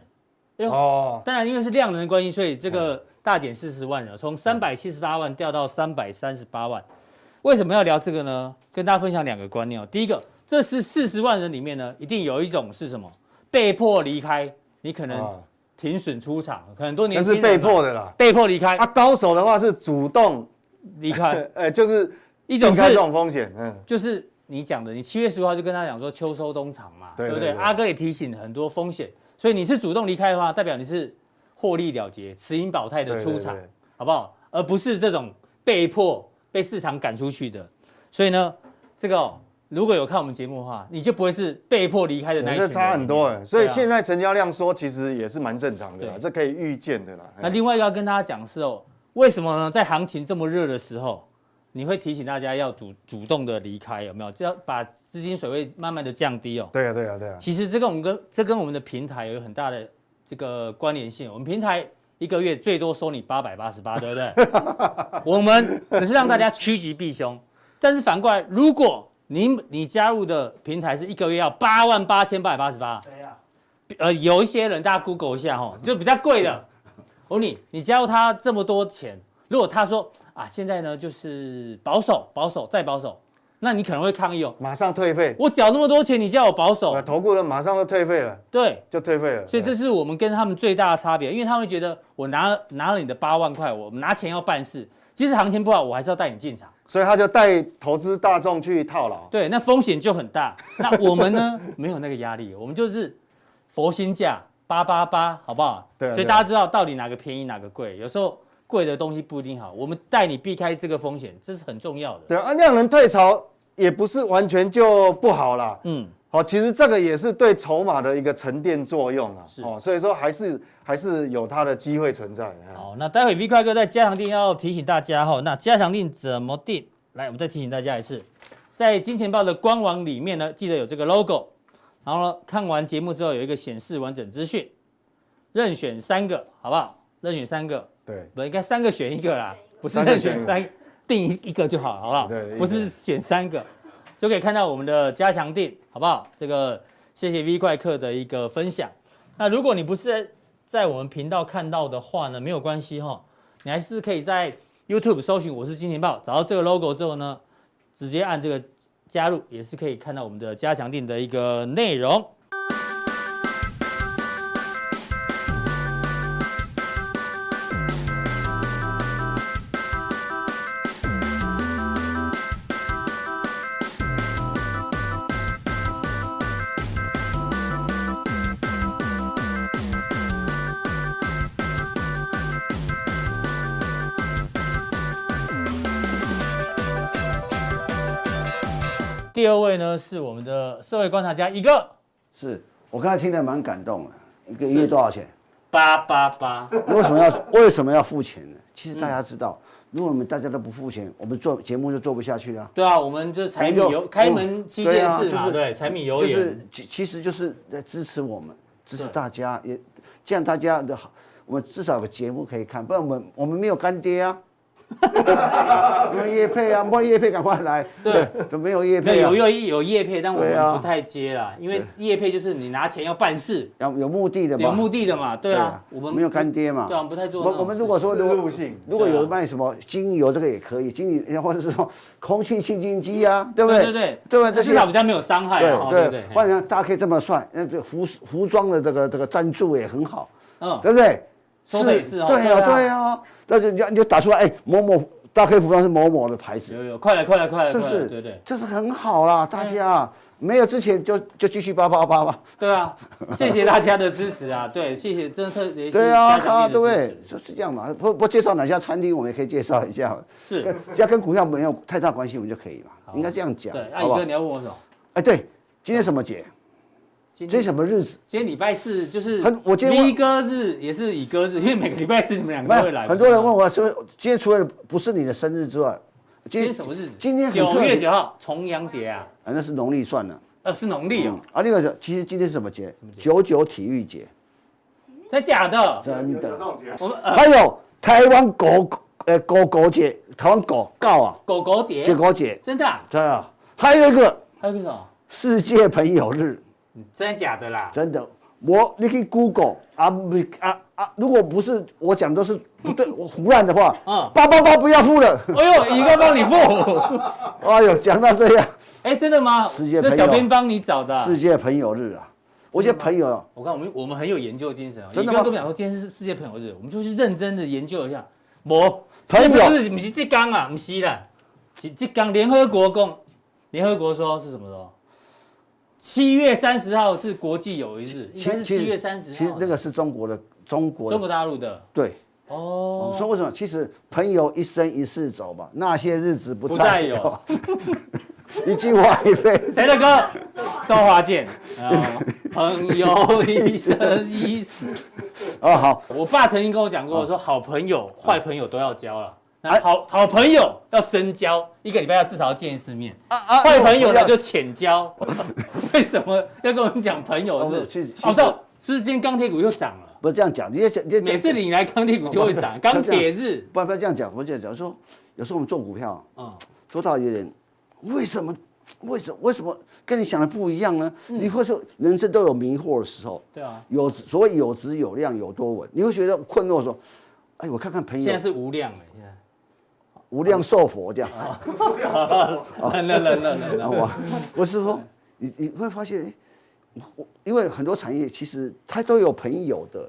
Speaker 1: 哎呦
Speaker 3: 哦，
Speaker 1: 当然，因为是量能的关系，所以这个
Speaker 3: 哎
Speaker 1: 大减四十万人，从三百七十八万掉到三百三十八万。为什么要聊这个呢？跟大家分享两个观念哦。第一个，这是四十万人里面呢，一定有一种是什么被迫离开，你可能
Speaker 3: 啊
Speaker 1: 停损出场，可能很多
Speaker 3: 那
Speaker 1: 年轻
Speaker 3: 是
Speaker 1: 人
Speaker 3: 被
Speaker 1: 嘛
Speaker 3: 迫的啦。
Speaker 1: 被迫离开
Speaker 3: 啊，，高手的话是主动，
Speaker 1: 离 开。
Speaker 3: 呃，就是
Speaker 1: 一
Speaker 3: 避
Speaker 1: 种
Speaker 3: 开
Speaker 1: 是
Speaker 3: 这种风险，嗯，
Speaker 1: 就是你讲的，你七月十五号就跟他讲说秋收冬藏嘛，
Speaker 3: 对
Speaker 1: 对不
Speaker 3: 对
Speaker 1: 对？
Speaker 3: 对
Speaker 1: 阿哥也提醒很多风险，所以你是主动离开的话，代表你是获利了结、持盈保泰的
Speaker 3: 对
Speaker 1: 出
Speaker 3: 对
Speaker 1: 场，
Speaker 3: 对
Speaker 1: 好不好？而不是这种被迫被市场赶出去的。所以呢，这个哦、如果有看我们节目的话，你就不会是被迫离开的那一群
Speaker 3: 这
Speaker 1: 人。
Speaker 3: 差很多哎，所以
Speaker 1: 对啊
Speaker 3: 现在成交量缩其实也是蛮正常的啦，
Speaker 1: 对
Speaker 3: 这可以预见的啦。
Speaker 1: 那
Speaker 3: 哎
Speaker 1: 另外一个要跟大家讲是哦，为什么呢？在行情这么热的时候，你会提醒大家要主主动的离开，有没有？就要把资金水位慢慢的降低哦。
Speaker 3: 对啊，对啊，对啊，
Speaker 1: 其实这跟我们跟这跟我们的平台有很大的这个关联性。我们平台一个月最多收你八百八十八，对不对？ 我们只是让大家趋吉避凶。但是反过来，如果你你加入的平台是一个月要八万八千八百八十八，
Speaker 2: 谁呀？
Speaker 1: 呃，有一些人大家 Google 一下哈、就比较贵的。我问你，你加入他这么多钱，如果他说啊，现在呢就是保守、保守再保守，那你可能会抗议哦。
Speaker 3: 马上退费，
Speaker 1: 我缴那么多钱，你叫我保守
Speaker 3: 啊，，投顾人马上就退费了，
Speaker 1: 对，
Speaker 3: 就退费了。
Speaker 1: 所以这
Speaker 3: 对
Speaker 1: 是我们跟他们最大的差别，因为他们觉得我拿了拿了你的八万块，我拿钱要办事，即使行情不好，我还是要带你进场。
Speaker 3: 所以他就带投资大众去套牢。
Speaker 1: 对，那风险就很大。那我们呢， 没有那个压力，我们就是佛心价八八八，好不好？
Speaker 3: 对啊
Speaker 1: 所以
Speaker 3: 对啊
Speaker 1: 大家知道到底哪个便宜哪个贵，有时候贵的东西不一定好，我们带你避开这个风险，这是很重要的。
Speaker 3: 对啊，量能退潮也不是完全就不好啦。
Speaker 1: 嗯，
Speaker 3: 好，其实这个也是对筹码的一个沉淀作用啊。
Speaker 1: 是
Speaker 3: 哦，所以说还是还是有它的机会存在。哎
Speaker 1: 好，那待会 V 快哥在加强定要提醒大家哈，那加强定怎么定？来，我们再提醒大家一次，在金钱豹的官网里面呢，记得有这个 logo，然后呢，看完节目之后有一个显示完整资讯，任选三个，好不好？任选三个，
Speaker 3: 对，
Speaker 1: 不应该三个选一个啦，不是
Speaker 3: 三个
Speaker 1: 任
Speaker 3: 选一
Speaker 1: 选
Speaker 3: 个
Speaker 1: 三个，定一一个就好了，好不好？
Speaker 3: 对
Speaker 1: 不是选三个，就可以看到我们的加强定，好不好？这个谢谢 V 怪客的一个分享。那如果你不是在在我们频道看到的话呢，没有关系哈，你还是可以在 YouTube 搜寻“我是金钱豹”，找到这个 logo 之后呢，直接按这个加入，也是可以看到我们的加强定的一个内容。第二位呢是我们的社会观察家一个
Speaker 2: 是我刚才听得蛮感动的，一个月多少钱？
Speaker 1: 八八八，
Speaker 2: 为什么要为什么要付钱呢？其实大家知道，
Speaker 1: 嗯
Speaker 2: 如果我们大家都不付钱，我们做节目就做不下去了。
Speaker 1: 对啊，我们就是柴米
Speaker 2: 我们
Speaker 1: 油
Speaker 2: 就
Speaker 1: 开门七
Speaker 2: 对
Speaker 1: 件
Speaker 2: 啊
Speaker 1: 事
Speaker 2: 就
Speaker 1: 嘛，
Speaker 2: 是
Speaker 1: 对，柴米油
Speaker 2: 就是
Speaker 1: 盐，
Speaker 2: 其其实就是在支持我们，支持
Speaker 1: 对
Speaker 2: 大家，也这样大家的好，我们至少有个节目可以看，不然我们我们没有干爹 啊。我们叶配啊，莫叶配赶快来，
Speaker 1: 对，
Speaker 2: 都没有叶
Speaker 1: 没
Speaker 2: 配、啊
Speaker 1: 有，有有有业配，但我
Speaker 2: 对
Speaker 1: 们
Speaker 2: 啊
Speaker 1: 不太接啦，因为业配就是你拿钱要办事，
Speaker 2: 有有目的的嘛，
Speaker 1: 有目的的嘛，对啊，我们
Speaker 2: 没有干爹嘛，
Speaker 1: 对啊，我们不太做那
Speaker 2: 我
Speaker 1: 种
Speaker 2: 我们如果
Speaker 1: 事
Speaker 2: 说
Speaker 3: 自
Speaker 2: 如果
Speaker 3: 入性
Speaker 2: 如果
Speaker 1: 对啊
Speaker 2: 有卖什么精油，这个也可以，精油或者是说空气清净机啊，对不
Speaker 1: 对
Speaker 2: 对？
Speaker 1: 对对
Speaker 2: 对吧？
Speaker 1: 那
Speaker 2: 这
Speaker 1: 至
Speaker 2: 些
Speaker 1: 少比较没有伤害啊，哦对
Speaker 2: 对
Speaker 1: 不对
Speaker 2: 对，？或者大家可以这么算，那这服服装的这个这个赞助也很好，
Speaker 1: 嗯，
Speaker 2: 对不对？
Speaker 1: 说的也是哦
Speaker 2: 对
Speaker 1: 对
Speaker 2: 呀
Speaker 1: 啊
Speaker 2: 对呀，那就你就你就打出来，哎，某某大 K 服装是某某的牌子，
Speaker 1: 有有，快了快了快了，
Speaker 2: 是不
Speaker 1: 快了
Speaker 2: 是？
Speaker 1: 对对
Speaker 2: 这是很好啦，大家啊没有之前就就继续八八八吧。
Speaker 1: 对啊，谢谢大家的支持啊， 对，谢谢，真的特别
Speaker 2: 对
Speaker 1: 啊，
Speaker 2: 啊，
Speaker 1: 嘉奖
Speaker 2: 啊，
Speaker 1: 你
Speaker 2: 对不
Speaker 1: 的支
Speaker 2: 对
Speaker 1: 持？
Speaker 2: 就是这样嘛。不不介绍哪家餐厅，我们也可以介绍一下。
Speaker 1: 是，
Speaker 2: 啊跟只要跟股票没有太大关系，我们就可以嘛
Speaker 1: 嗯好。啊
Speaker 2: 应该这样讲
Speaker 1: 对，，阿
Speaker 2: 好
Speaker 1: 宇
Speaker 2: 不好
Speaker 1: 哥，？你要问我什么？
Speaker 2: 哎，对，今天什么节？
Speaker 1: 今
Speaker 2: 今
Speaker 1: 天
Speaker 2: 天什么日子？
Speaker 1: 今天礼拜四就是
Speaker 2: 很我今天
Speaker 1: V 哥日也是乙哥日，因为 每个礼拜四你们两个都会来。
Speaker 2: 很多人问
Speaker 1: 我，
Speaker 2: 我说，今天除了不是你的生日之外，
Speaker 1: 今天什么日子？
Speaker 2: 今天很特
Speaker 1: 九
Speaker 2: 别
Speaker 1: 月九号，重阳节啊，
Speaker 2: 啊，那是农历算了。
Speaker 1: 呃，是农历哦，
Speaker 2: 啊，另外是，其实今天是什么节
Speaker 1: 么？节
Speaker 2: 九九体育节，
Speaker 1: 真假的？
Speaker 2: 嗯真
Speaker 3: 有有这
Speaker 2: 的。
Speaker 3: 种节目啊
Speaker 1: 我们呃，
Speaker 2: 还有台湾狗，呃，狗狗节，台湾狗告啊，
Speaker 1: 狗狗节
Speaker 2: 结，果节，
Speaker 1: 真的啊？
Speaker 2: 真的啊。还有一个
Speaker 1: 还有个什么？
Speaker 2: 世界朋友日。
Speaker 1: 真的假的啦？
Speaker 2: 真的，我你去 Google 啊不啊啊！如果不是我讲都是 不对，我胡乱的话，
Speaker 1: 嗯
Speaker 2: 八八八不要付了。
Speaker 1: 哎呦，乙哥帮你 付，
Speaker 2: 哎呦，讲到这样，
Speaker 1: 哎，真的吗？
Speaker 2: 世界
Speaker 1: 这
Speaker 2: 朋友
Speaker 1: 小编帮你找的啊。
Speaker 2: 世界朋友日啊，我觉得朋友啊
Speaker 1: 我看我们我们很有研究精神啊，一
Speaker 2: 真
Speaker 1: 个
Speaker 2: 的
Speaker 1: 跟
Speaker 2: 吗
Speaker 1: 我们讲说今天是世界朋友日，我们就去认真的研究一下。某
Speaker 2: 朋友
Speaker 1: 不是不是浙江啊，不是啦，是浙江联合国公，联合国说是什么时候？七月三十号是国际友谊日，应该是七月三十
Speaker 2: 其实
Speaker 1: 号。
Speaker 2: 那个是中国的中国的
Speaker 1: 中国大陆的
Speaker 2: 对。我
Speaker 1: 哦，
Speaker 2: 说为什么？其实朋友一生一世走吧，那些日子不
Speaker 1: 不再
Speaker 2: 再
Speaker 1: 有
Speaker 2: 有。 一句话一辈子，
Speaker 1: 谁的歌？周华健。啊， 朋友一生一世。
Speaker 2: 哦好，
Speaker 1: 我爸曾经跟我讲
Speaker 2: 啊
Speaker 1: 过，说好朋友、
Speaker 2: 嗯
Speaker 1: 坏朋友都要交了。那好好朋友要深交，一个礼拜要至少要见一次面。
Speaker 2: 啊啊
Speaker 1: 坏朋友呢
Speaker 2: 那我
Speaker 1: 就浅交。 为什么要跟我们讲朋友
Speaker 2: 哦其
Speaker 1: 是
Speaker 2: 实？
Speaker 1: 哦，我知道，是不是今天钢铁股又涨了？
Speaker 2: 不是这样讲，你也讲，你也讲
Speaker 1: 每次你来钢铁股就会涨，钢铁日。
Speaker 2: 不哦不要这样讲，不要这样讲，说有时候我们做股票啊，
Speaker 1: 嗯，
Speaker 2: 多到有点，为什么？为什么？为什么跟你想的不一样呢？
Speaker 1: 嗯
Speaker 2: 你会说人生都有迷惑的时候，
Speaker 1: 对啊，
Speaker 2: 有所谓有质有量有多稳，你会觉得困惑说，哎，我看看朋
Speaker 1: 现在
Speaker 2: 友
Speaker 1: 是无量了，现在
Speaker 2: 无量寿 佛这样，
Speaker 1: 冷了冷了冷
Speaker 2: 然
Speaker 1: 了。
Speaker 2: 后我我是说，你你会发现，哎我因为很多产业其实它都有朋友的，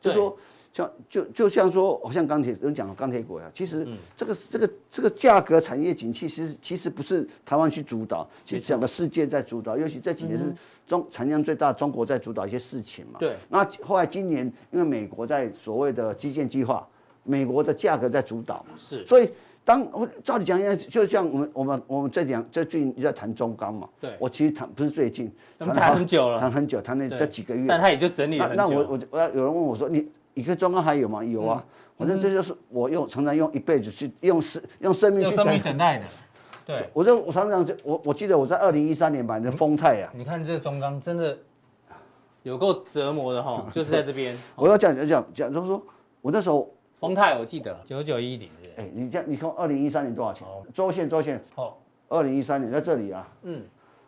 Speaker 2: 就
Speaker 1: 对
Speaker 2: 说像就就像说，好像钢铁有人讲钢铁股啊，其实
Speaker 1: 嗯
Speaker 2: 这个这个这个价格产业景气，其实其实不是台湾去主导，其
Speaker 1: 没错
Speaker 2: 实
Speaker 1: 嗯
Speaker 2: 整个世界在主导，尤其这几年是中产量最大，中国在主导一些事情嘛。
Speaker 1: 对。
Speaker 2: 那后来今年因为美国在所谓的基建计划，美国的价格在主导嘛，
Speaker 1: 是，
Speaker 2: 所以当我照理讲，应该就像我们我们我们在讲，最近在谈中钢嘛。
Speaker 1: 对
Speaker 2: 我其实谈不是最近，
Speaker 1: 我们谈很久
Speaker 2: 谈
Speaker 1: 了，
Speaker 2: 很久，谈了
Speaker 1: 对
Speaker 2: 这几个月。
Speaker 1: 但他也就整理
Speaker 2: 那
Speaker 1: 了很
Speaker 2: 那我
Speaker 1: 久。嗯
Speaker 2: 我就我要有人问我说，你一个中钢还有吗？有啊，反正这就是我用常常用一辈子去用生用生命
Speaker 1: 用
Speaker 2: 去
Speaker 1: 生
Speaker 2: 等。
Speaker 1: 命等待的，对。
Speaker 2: 我就我常常就我我记得我在二零一三年买
Speaker 1: 嗯
Speaker 2: 的丰泰啊，
Speaker 1: 你看这个中钢真的有够折磨的 哈，就是在这边。
Speaker 2: 我要讲讲讲讲，就是说我那时候，
Speaker 1: 丰泰我记得九九一零，
Speaker 2: 哎，你这样你看二零一三年多少钱
Speaker 1: 好？
Speaker 2: 周线周线，
Speaker 1: 哦，
Speaker 2: 二零一三年在这里啊，
Speaker 1: 嗯，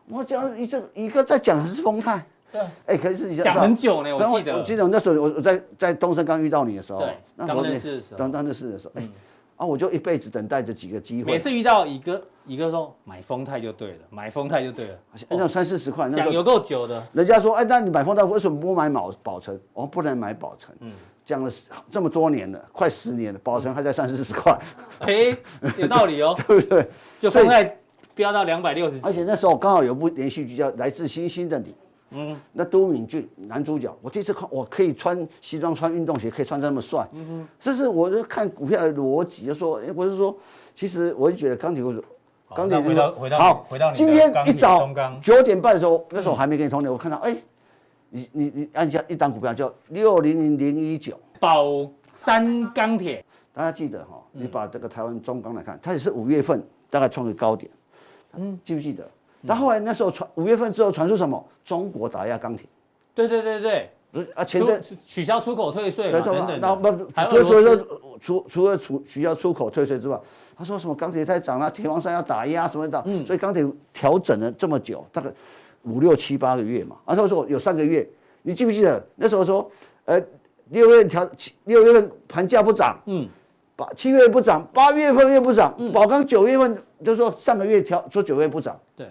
Speaker 2: 我讲一这一个在讲的是丰泰，
Speaker 1: 对，
Speaker 2: 哎，可是你知道
Speaker 1: 讲很久呢，我
Speaker 2: 然后
Speaker 1: 记得，
Speaker 2: 我记得那时候我我在在东升刚遇到你的时候，
Speaker 1: 对
Speaker 2: 那
Speaker 1: 刚
Speaker 2: 我
Speaker 1: 认识的时候嗯
Speaker 2: 刚刚认识的时候，哎、啊，我就一辈子等待这几个机会
Speaker 1: 每，次遇到乙哥，乙哥说买丰泰就对了，买丰泰就对了，
Speaker 2: 那三四十块，那
Speaker 1: 讲
Speaker 2: 时候
Speaker 1: 有够久的，
Speaker 2: 人家说，哎，那你买丰泰为什么不买宝宝城？我、哦、不能买宝城，
Speaker 1: 嗯
Speaker 2: 讲了十这么多年了，快十年了，宝城还在三四十块，
Speaker 1: 哎，有道理哦，
Speaker 2: 对不对？
Speaker 1: 就丰泰飙到两百六十
Speaker 2: 而且
Speaker 1: 几，
Speaker 2: 那时候刚好有部连续剧叫《来自星星的你》，
Speaker 1: 嗯，
Speaker 2: 那都敏俊男主角，我这次看我可以穿西装、穿运动鞋，可以穿这么帅，
Speaker 1: 嗯
Speaker 2: 这是我就看股票的逻辑，就说，哎，不是说，其实我就觉得钢铁股，
Speaker 1: 好
Speaker 2: 钢
Speaker 1: 那
Speaker 2: 铁
Speaker 1: 回到回到
Speaker 2: 好，
Speaker 1: 回到你的
Speaker 2: 今天
Speaker 1: 钢
Speaker 2: 一
Speaker 1: 铁
Speaker 2: 早
Speaker 1: 中钢嗯
Speaker 2: 九点半的时候，那时候还没跟你通联，我看到哎，你你你按下一档股票叫六零零零一九，
Speaker 1: 宝山钢铁，
Speaker 2: 大家记得哈、
Speaker 1: 嗯
Speaker 2: 你把这个台湾中钢来看，它也是五月份大概创个高点，嗯，记不记得？但后来那时候传五月份之后传出什么？中国打压钢铁，
Speaker 1: 对对对对，
Speaker 2: 不是啊，前阵
Speaker 1: 出取消出口退税嘛
Speaker 2: 对，中
Speaker 1: 等
Speaker 2: 国
Speaker 1: 等的，
Speaker 2: 然后不，
Speaker 1: 还有
Speaker 2: 所以
Speaker 1: 俄
Speaker 2: 说
Speaker 1: 罗斯
Speaker 2: 说除除了除取消出口退税之外，他说什么钢铁太涨了，啊铁王山要打压什么的，
Speaker 1: 嗯
Speaker 2: 所以钢铁调整了这么久，大概五六七八个月嘛。啊，他说有三个月，你记不记得那时候说，呃，六月份调七六月份盘价不涨，
Speaker 1: 嗯，
Speaker 2: 八七月不涨，八月份又不涨，宝钢九月份就说上个月调说九月不涨，
Speaker 1: 对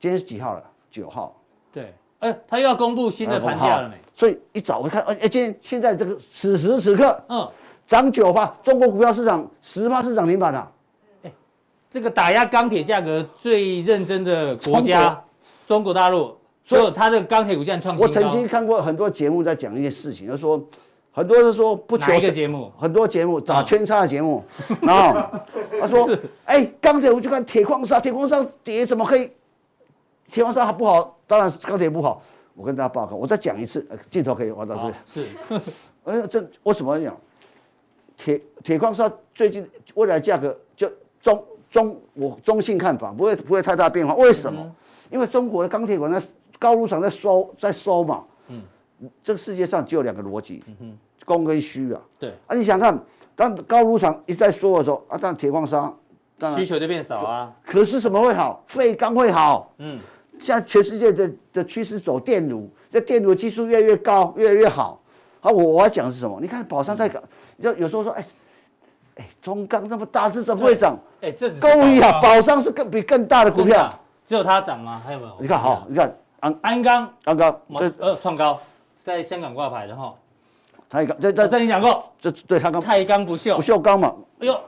Speaker 2: 今天是几号了？九号。
Speaker 1: 对，哎，他又要公布新的盘价了没？
Speaker 2: 所以一早我看，哎，今天现在这个此时此刻，
Speaker 1: 嗯，
Speaker 2: 涨九趴，中国股票市场十趴是涨停板的、啊，
Speaker 1: 这个打压钢铁价格最认真的国
Speaker 2: 中
Speaker 1: 家，中国大陆，所
Speaker 2: 所以
Speaker 1: 以它的钢铁股价创新
Speaker 2: 我
Speaker 1: 高。
Speaker 2: 曾经看过很多节目在讲一件事情，就说很多人说不求
Speaker 1: 哪一个节目？
Speaker 2: 很多节目打
Speaker 1: 嗯
Speaker 2: 圈叉的节目，然后他说
Speaker 1: 是：“
Speaker 2: 哎，钢铁我去看铁矿砂，铁矿砂跌怎么可以？铁矿砂还不好，当然是钢铁不好。”我跟大家报告，我再讲一次，呃镜头可以画到
Speaker 1: 好哦
Speaker 2: 这。
Speaker 1: 是，
Speaker 2: 哎呀，这我怎么讲？铁铁矿砂最近未来价格就中中我中性看法，不会不会太大变化。为什么？因为中国的钢铁厂在高炉厂在收在收嘛。嗯，这个世界上只有两个逻辑，供跟需啊。
Speaker 1: 对，
Speaker 2: 啊，你想看，当高炉厂一再缩的时候，啊，当然铁矿砂，当
Speaker 1: 需
Speaker 2: 然，
Speaker 1: 求就变少啊。
Speaker 2: 可是什么会好？废钢会好。
Speaker 1: 嗯，
Speaker 2: 现在全世界的的趋势走电炉，这电炉技术越来越高，越来越好。好，我我要讲的是什么？你看宝山在搞，你知道有时候说，哎、哎，中钢那么大，这怎么会涨？
Speaker 1: 哎，这只是
Speaker 2: 各位啊，
Speaker 1: 宝
Speaker 2: 宝山是更比更大的股
Speaker 1: 真的
Speaker 2: 票。
Speaker 1: 啊只有它涨吗？还有没有？
Speaker 2: 你看好，，你看安
Speaker 1: 鞍钢
Speaker 2: 安钢，这
Speaker 1: 呃创高，在香港挂牌的哈。
Speaker 2: 他一个，这
Speaker 1: 我
Speaker 2: 这
Speaker 1: 跟你讲过，
Speaker 2: 这对他刚
Speaker 1: 太钢不
Speaker 2: 不
Speaker 1: 锈，
Speaker 2: 锈钢嘛，
Speaker 1: 哎呦，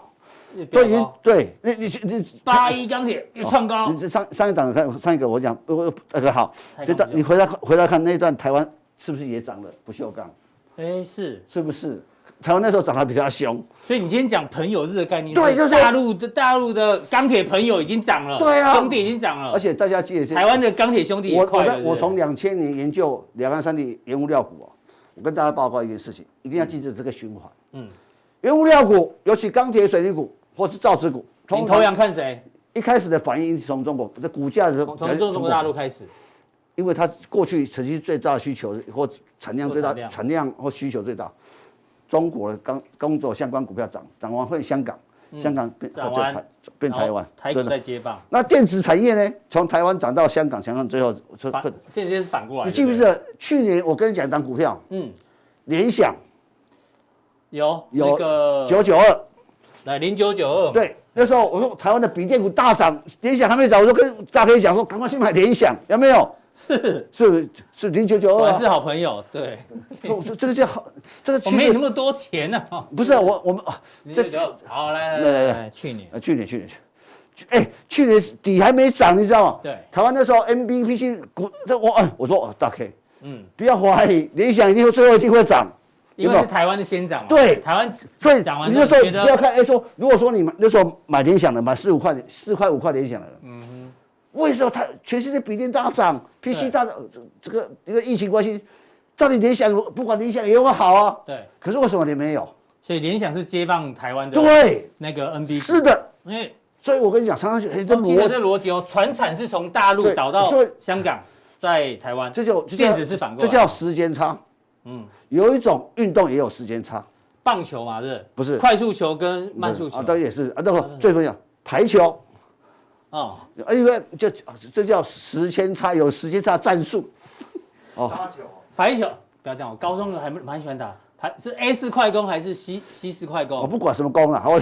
Speaker 1: 也飙
Speaker 2: 都已经
Speaker 1: 高
Speaker 2: 对你你你
Speaker 1: 八一钢铁又创高
Speaker 2: 你，这哦上上一档看上一个我讲我那个好，
Speaker 1: 太
Speaker 2: 这
Speaker 1: 高
Speaker 2: 段
Speaker 1: 不
Speaker 2: 你
Speaker 1: 锈
Speaker 2: 回来看回来看那一段台湾是不是也涨了不锈钢？
Speaker 1: 哎是，
Speaker 2: 是不是？台湾那时候涨得比较凶。
Speaker 1: 所以你今天讲朋友日的概念，
Speaker 2: 对就是
Speaker 1: 大陆的大陆的钢铁朋友已经涨了，
Speaker 2: 对啊
Speaker 1: 兄弟已经涨了，
Speaker 2: 而且大家记得，
Speaker 1: 台湾的钢铁兄弟
Speaker 2: 我
Speaker 1: 也
Speaker 2: 我
Speaker 1: 快
Speaker 2: 在
Speaker 1: 了，
Speaker 2: 我从
Speaker 1: 是
Speaker 2: 两千年研究两岸三地原物料股哦，我跟大家报告一件事情，一定要记住这个循环。
Speaker 1: 嗯
Speaker 2: 嗯，原物料股，尤其钢铁、水泥股或是造纸股，
Speaker 1: 不是你
Speaker 2: 通
Speaker 1: 头
Speaker 2: 常
Speaker 1: 羊看谁？
Speaker 2: 一开始的反应是从中国这股价是
Speaker 1: 从从中国大陆，开始，
Speaker 2: 因为它过去曾经最大的需求或产量最大
Speaker 1: 或产量
Speaker 2: 产量或需求最大，中国的钢工作相关股票涨，涨完会香港，香港变哦
Speaker 1: 涨
Speaker 2: 就
Speaker 1: 完
Speaker 2: 台变台
Speaker 1: 嗯然
Speaker 2: 湾
Speaker 1: 后，台股
Speaker 2: 对的
Speaker 1: 在接棒，
Speaker 2: 那电子产业呢，从台湾涨到香港，香港最后是
Speaker 1: 反这些是反过来，
Speaker 2: 你记不记
Speaker 1: 对对？
Speaker 2: 得去年我跟你讲一张股票，
Speaker 1: 嗯，
Speaker 2: 联想
Speaker 1: 有
Speaker 2: 有
Speaker 1: 那个
Speaker 2: 九九二，
Speaker 1: 嗯来零九九二，
Speaker 2: 对，那时候我说台湾的笔电股大涨，联想还没涨，我就跟大家可以讲说，赶快去买联想，有没有？
Speaker 1: 是
Speaker 2: 是是零九九
Speaker 1: 我
Speaker 2: 二
Speaker 1: 还，是好朋友，对，
Speaker 2: 我说这个叫好，这个
Speaker 1: 我
Speaker 2: 趋
Speaker 1: 没有那
Speaker 2: 势
Speaker 1: 么多钱呢，哦
Speaker 2: 不是啊我我们啊，
Speaker 1: 零
Speaker 2: 这
Speaker 1: 九九二，好来
Speaker 2: 来
Speaker 1: 来
Speaker 2: 来
Speaker 1: 来
Speaker 2: 来
Speaker 1: 来，去年
Speaker 2: 啊去年去年去，去哎去年底还没涨，你知道吗？
Speaker 1: 对
Speaker 2: 台湾那时候 n b p 是股，这我哎我说哦大 K
Speaker 1: 嗯，
Speaker 2: 不要怀疑，联想一定会最后一定会涨，
Speaker 1: 因
Speaker 2: 有没
Speaker 1: 为
Speaker 2: 有
Speaker 1: 是台湾的先涨嘛，
Speaker 2: 对
Speaker 1: 台湾
Speaker 2: 所以
Speaker 1: 讲完
Speaker 2: 你
Speaker 1: 之后
Speaker 2: 就说
Speaker 1: 你觉得
Speaker 2: 不要看，哎，说如果说你买那时候买联想的，买四五块的，四块五块联想的，嗯为什么它全世界笔电大涨
Speaker 1: 对
Speaker 2: ，PC 大涨，这这个因为疫情关系，照理联想不管联想也会好啊，
Speaker 1: 对，
Speaker 2: 可是为什么你没有？
Speaker 1: 所以联想是接棒台湾的
Speaker 2: 对，
Speaker 1: 那个 NB，
Speaker 2: 是，的，
Speaker 1: 因为。
Speaker 2: 所以我跟你讲，常常就哎，这
Speaker 1: 我记得
Speaker 2: 逻
Speaker 1: 这逻辑哦，船产是从大陆
Speaker 2: 对
Speaker 1: 倒到
Speaker 2: 所以
Speaker 1: 香港，在台湾，
Speaker 2: 这就这叫
Speaker 1: 电子是反过
Speaker 2: 这
Speaker 1: 来，
Speaker 2: 叫时间差。
Speaker 1: 嗯，
Speaker 2: 有一种运动也有时间差，
Speaker 1: 棒球嘛，是
Speaker 2: 不是
Speaker 1: 快速球跟慢速球
Speaker 2: 啊，，当然也是啊，那个最重要排球。
Speaker 1: 哦，
Speaker 2: 啊，因为这这叫时间差，有时间差战术。
Speaker 1: 排球不要这样，我高中还蛮蛮喜欢打，排是 A 四快攻还是 C C 四快
Speaker 2: 我
Speaker 1: 攻？
Speaker 2: 哦不管什么功了，我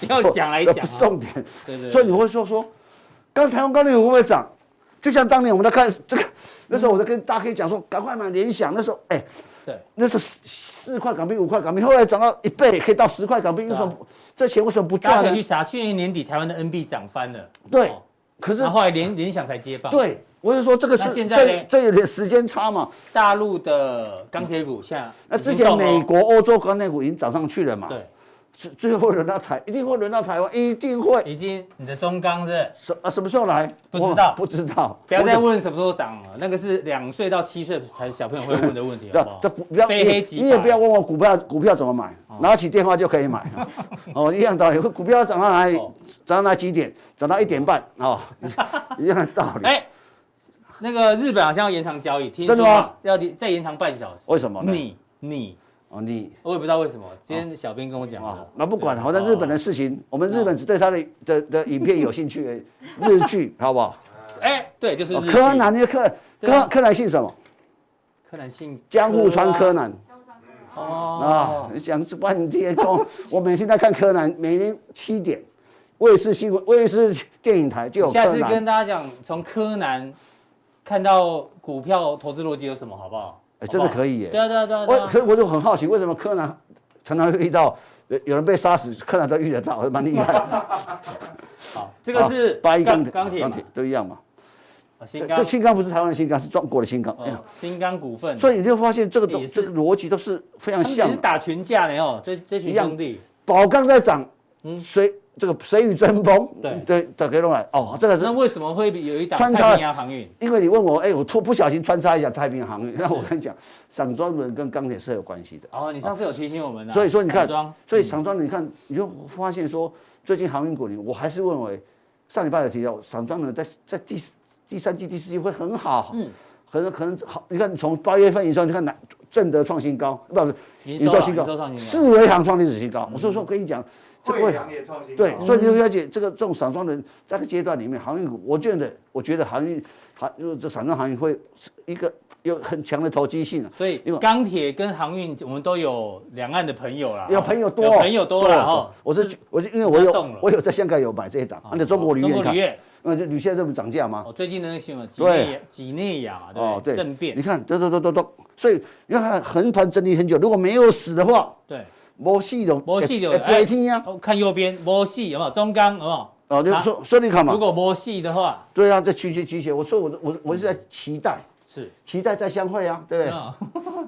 Speaker 1: 不 要讲来讲
Speaker 2: 不是
Speaker 1: 啊，
Speaker 2: 重点。
Speaker 1: 对对，
Speaker 2: 所以你
Speaker 1: 对
Speaker 2: 会说说，刚台湾钢铁股会不会涨？就像当年我们在看这个，那时候我在跟大家可以讲说，赶快买联想。那时候，哎，
Speaker 1: 对，
Speaker 2: 那时候四四块港币、五块港币，后来涨到一倍，可以到十块港币，为
Speaker 1: 对啊
Speaker 2: 什么不这钱为什么不
Speaker 1: 大家
Speaker 2: 赚
Speaker 1: 可以去
Speaker 2: 呢？
Speaker 1: 查，去年年底台湾的 NB 涨翻了，
Speaker 2: 对
Speaker 1: 哦，
Speaker 2: 可是
Speaker 1: 然后后来联联想才接棒，，
Speaker 2: 对，我是说这个
Speaker 1: 那
Speaker 2: 是
Speaker 1: 现在
Speaker 2: 这
Speaker 1: 呢
Speaker 2: 这有点时间差嘛。
Speaker 1: 大陆的钢铁股现在
Speaker 2: 那
Speaker 1: 已经
Speaker 2: 之前
Speaker 1: 动了哦
Speaker 2: 美国、欧洲钢铁股已经涨上去了嘛，
Speaker 1: 对，
Speaker 2: 最最后轮到台，一定会轮到台湾，一定会。
Speaker 1: 已经你的中钢是不是
Speaker 2: 什啊什么时候来？
Speaker 1: 不知
Speaker 2: 我
Speaker 1: 道
Speaker 2: 不知道。
Speaker 1: 不要再
Speaker 2: 我
Speaker 1: 问什么时候涨了，那个是两岁到七岁才小朋友会问的问题，
Speaker 2: 这
Speaker 1: 好不好？
Speaker 2: 这不不要
Speaker 1: 非黑即白哦
Speaker 2: 你也不要问我股票股票怎么买，拿起电话就可 以买了。哦，一样道理，股票涨到哪里
Speaker 1: 哦？
Speaker 2: 涨到哪几点？涨到一点半哦， 一样的道理。
Speaker 1: 哎，那个日本好像要延长交易，听
Speaker 2: 真的吗
Speaker 1: 说啊要再延长半小时。
Speaker 2: 为什么呢
Speaker 1: 你你
Speaker 2: 哦，你
Speaker 1: 我也不知道为什么，今天小编跟我讲
Speaker 2: 啊
Speaker 1: 的，。
Speaker 2: 那不管，
Speaker 1: 哦对哦
Speaker 2: 好像日本的。事情，我们日本只对他的的的影片有兴趣而已，日 剧好不好？
Speaker 1: 哦哎，对，就是
Speaker 2: 哦
Speaker 1: 日剧
Speaker 2: 柯南，那个柯
Speaker 1: 对啊
Speaker 2: 柯柯南姓什么？
Speaker 1: 柯南姓
Speaker 2: 江户川柯南啊
Speaker 1: 哦，，
Speaker 2: 你讲这半天 光，我每天在看柯南，每天七点，卫视新闻、卫视电影台就有柯
Speaker 1: 下次
Speaker 2: 南
Speaker 1: 跟。大家讲，从柯南看到股票投资逻辑有什么，好不好？
Speaker 2: 哎真的
Speaker 1: 好不好
Speaker 2: 可以耶
Speaker 1: 对啊，对啊，对啊。对
Speaker 2: 我
Speaker 1: 啊
Speaker 2: 所以我就很好奇，为什么柯南常常会遇到有有人被杀死，柯南都遇得到，蛮厉害的。
Speaker 1: 好， 这个是
Speaker 2: 啊八一钢
Speaker 1: 钢钢铁嘛，
Speaker 2: 都一样嘛。
Speaker 1: 啊新
Speaker 2: 这
Speaker 1: 钢
Speaker 2: 这，新钢不是台湾的新钢，是中国的新钢。哎呀
Speaker 1: 哦新钢股份，
Speaker 2: 所以你就发现这个
Speaker 1: 也
Speaker 2: 东
Speaker 1: 是
Speaker 2: 这个逻辑都是非
Speaker 1: 他
Speaker 2: 常
Speaker 1: 们也
Speaker 2: 像
Speaker 1: 是
Speaker 2: 的。
Speaker 1: 打群架的哦，这这群兄弟，
Speaker 2: 宝钢在涨
Speaker 1: 嗯，
Speaker 2: 谁这个谁与争锋？
Speaker 1: 对嗯
Speaker 2: 对，打给弄来哦，这个
Speaker 1: 那
Speaker 2: 是
Speaker 1: 为什么会有一档
Speaker 2: 穿插
Speaker 1: 太平洋航运？
Speaker 2: 因为你问我，哎，我突不小心穿插一下太平洋航运，那我跟你讲，散装轮跟钢铁是有关系的。
Speaker 1: 哦，你上次有提醒我们啊，
Speaker 2: 所以说你看
Speaker 1: 散装，
Speaker 2: 所以长庄你看，你就发现说，最近航运股里，我还是认为上礼拜有提到，散装轮在在第四第三季、第四季会很好，
Speaker 1: 嗯，
Speaker 2: 可能可能好。你看从八月份以上，你看哪正德创新高，不是
Speaker 1: 营收啊
Speaker 2: 新
Speaker 1: 营收创
Speaker 2: 高，
Speaker 1: 新啊
Speaker 2: 四维行创历史新高。我所以说我跟你讲，这个
Speaker 3: 惠
Speaker 2: 会
Speaker 3: 阳也创新高，啊
Speaker 2: 对，
Speaker 1: 哦
Speaker 2: 所以你就了解这个这种散装轮这个阶段里面，航运股，我觉得我觉得航运航这散装航运会是一个有很强的投机性啊。
Speaker 1: 所以
Speaker 2: 因为
Speaker 1: 钢铁跟航运，我们都有两岸的朋友啦，
Speaker 2: 有
Speaker 1: 哦
Speaker 2: 朋友多，
Speaker 1: 有朋友多哦了哈。
Speaker 2: 我是我是因为我
Speaker 1: 不要动
Speaker 2: 有
Speaker 1: 了
Speaker 2: 我有在香港有买这一档，
Speaker 1: 哦
Speaker 2: 而且中国铝
Speaker 1: 中
Speaker 2: 业
Speaker 1: 国
Speaker 2: 你看
Speaker 1: 铝，业，
Speaker 2: 那就铝现在这不涨价吗？
Speaker 1: 哦，最近的那个新闻，几
Speaker 2: 对哦
Speaker 1: 内亚，几内亚嘛，对不对，政
Speaker 2: 你
Speaker 1: 变，
Speaker 2: 看，咚咚咚咚咚，所以你看横盘整理很久，如果没有死的话，
Speaker 1: 对。
Speaker 2: 没戏的，
Speaker 1: 没戏就
Speaker 2: 会
Speaker 1: 哎
Speaker 2: 会跌停呀。
Speaker 1: 哦，看右边，摩系有没有中钢有没有？
Speaker 2: 啊哦，就
Speaker 1: 啊
Speaker 2: 说说你看嘛
Speaker 1: 如，果摩系的话，
Speaker 2: 对啊，这区区区学，我说我的我的我是在期待，
Speaker 1: 是，
Speaker 2: 期待再相会啊，对不对？
Speaker 1: 嗯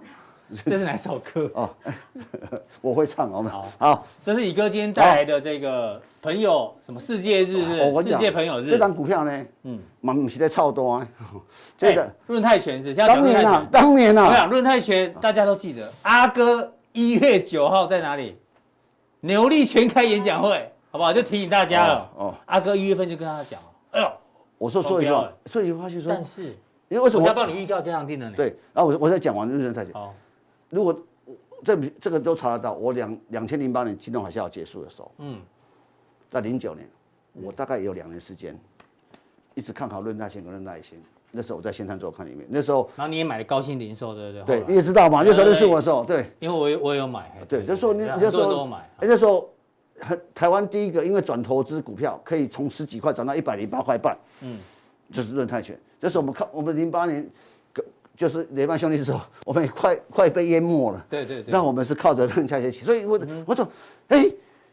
Speaker 1: 这是哪首歌？
Speaker 2: 哦，我会唱，好吗
Speaker 1: 好？
Speaker 2: 好，
Speaker 1: 这是乙哥今天带来的这个朋友什么世界日是
Speaker 2: 哦我
Speaker 1: 不是
Speaker 2: 跟你讲
Speaker 1: 世界朋友
Speaker 2: 这
Speaker 1: 日，
Speaker 2: 张股票呢，
Speaker 1: 嗯，
Speaker 2: 蛮不是在操多啊，这
Speaker 1: 哎
Speaker 2: 个，
Speaker 1: 论泰拳是，现在
Speaker 2: 当
Speaker 1: 讲论泰
Speaker 2: 年啊
Speaker 1: 拳，，
Speaker 2: 当年
Speaker 1: 我
Speaker 2: 啊，
Speaker 1: 想论泰拳大家都记得，阿哥一月九号在哪里？牛力全开演讲会，好不好？就提醒大家了。
Speaker 2: 哦哦
Speaker 1: 阿哥一月份就跟他讲了，哎呦，
Speaker 2: 我说所以
Speaker 1: 双标
Speaker 2: 说
Speaker 1: 了，
Speaker 2: 所以发现说
Speaker 1: 但，是
Speaker 2: 因为为什
Speaker 1: 我
Speaker 2: 么
Speaker 1: 要帮你预告加强定能力。，
Speaker 2: 对，然后我我再讲完日润泰拳，
Speaker 1: 好，
Speaker 2: 如果这笔这个都查得到，我两两千零八年金融海啸结束的时候，
Speaker 1: 嗯，
Speaker 2: 在零九年，我大概有两年时间，一直看好论泰线跟论泰线。那时候我在线上周刊里面，那时候
Speaker 1: 然后你也买了高鑫零售，对不对？
Speaker 2: 对
Speaker 1: 后来
Speaker 2: 你也知道嘛，
Speaker 1: 对
Speaker 2: 那时候认识我的时候，对
Speaker 1: 因为我也我也有买，嘿
Speaker 2: 对，那时候你
Speaker 1: 啊很
Speaker 2: 那时
Speaker 1: 多人都有
Speaker 2: 候
Speaker 1: 买，啊
Speaker 2: 哎那时候很台湾第一个，因为转投资股票可以从十几块涨到一百零八块半，
Speaker 1: 嗯，
Speaker 2: 就是论泰拳。那时候我们看我们零八年，就是雷曼兄弟之后，我们也快快被淹没了。
Speaker 1: 对对对，嗯
Speaker 2: 那我们是靠着论泰拳起，所以我、我说，哎、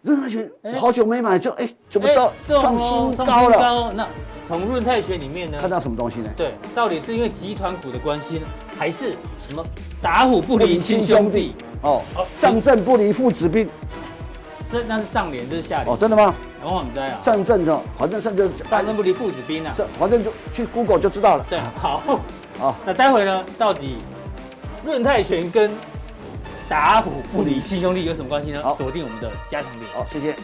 Speaker 2: 论泰拳
Speaker 1: 哎
Speaker 2: 好久没买，就哎、怎么到
Speaker 1: 哎这种
Speaker 2: 创
Speaker 1: 哦
Speaker 2: 新
Speaker 1: 创
Speaker 2: 高了？
Speaker 1: 高那从润泰学里面呢
Speaker 2: 看，到什么东西呢？
Speaker 1: 对，到底是因为集团股的关系呢，还是什么打虎
Speaker 2: 哎
Speaker 1: 不离亲兄弟？
Speaker 2: 哦
Speaker 1: 哦，
Speaker 2: 上阵不离父子兵
Speaker 1: 这那是上联，这是下
Speaker 2: 哦，
Speaker 1: 联，
Speaker 2: 真的吗？
Speaker 1: 然后我们再啊，
Speaker 2: 上阵的，反正上阵
Speaker 1: 上阵不离父子兵啊。
Speaker 2: 这反正就去 Google 就知道了。
Speaker 1: 对，好，
Speaker 2: 啊，
Speaker 1: 那待会呢，到底润泰拳跟打虎不离亲兄弟有什么关系呢
Speaker 2: 好？
Speaker 1: 锁定我们的加强点。
Speaker 2: 好，谢谢。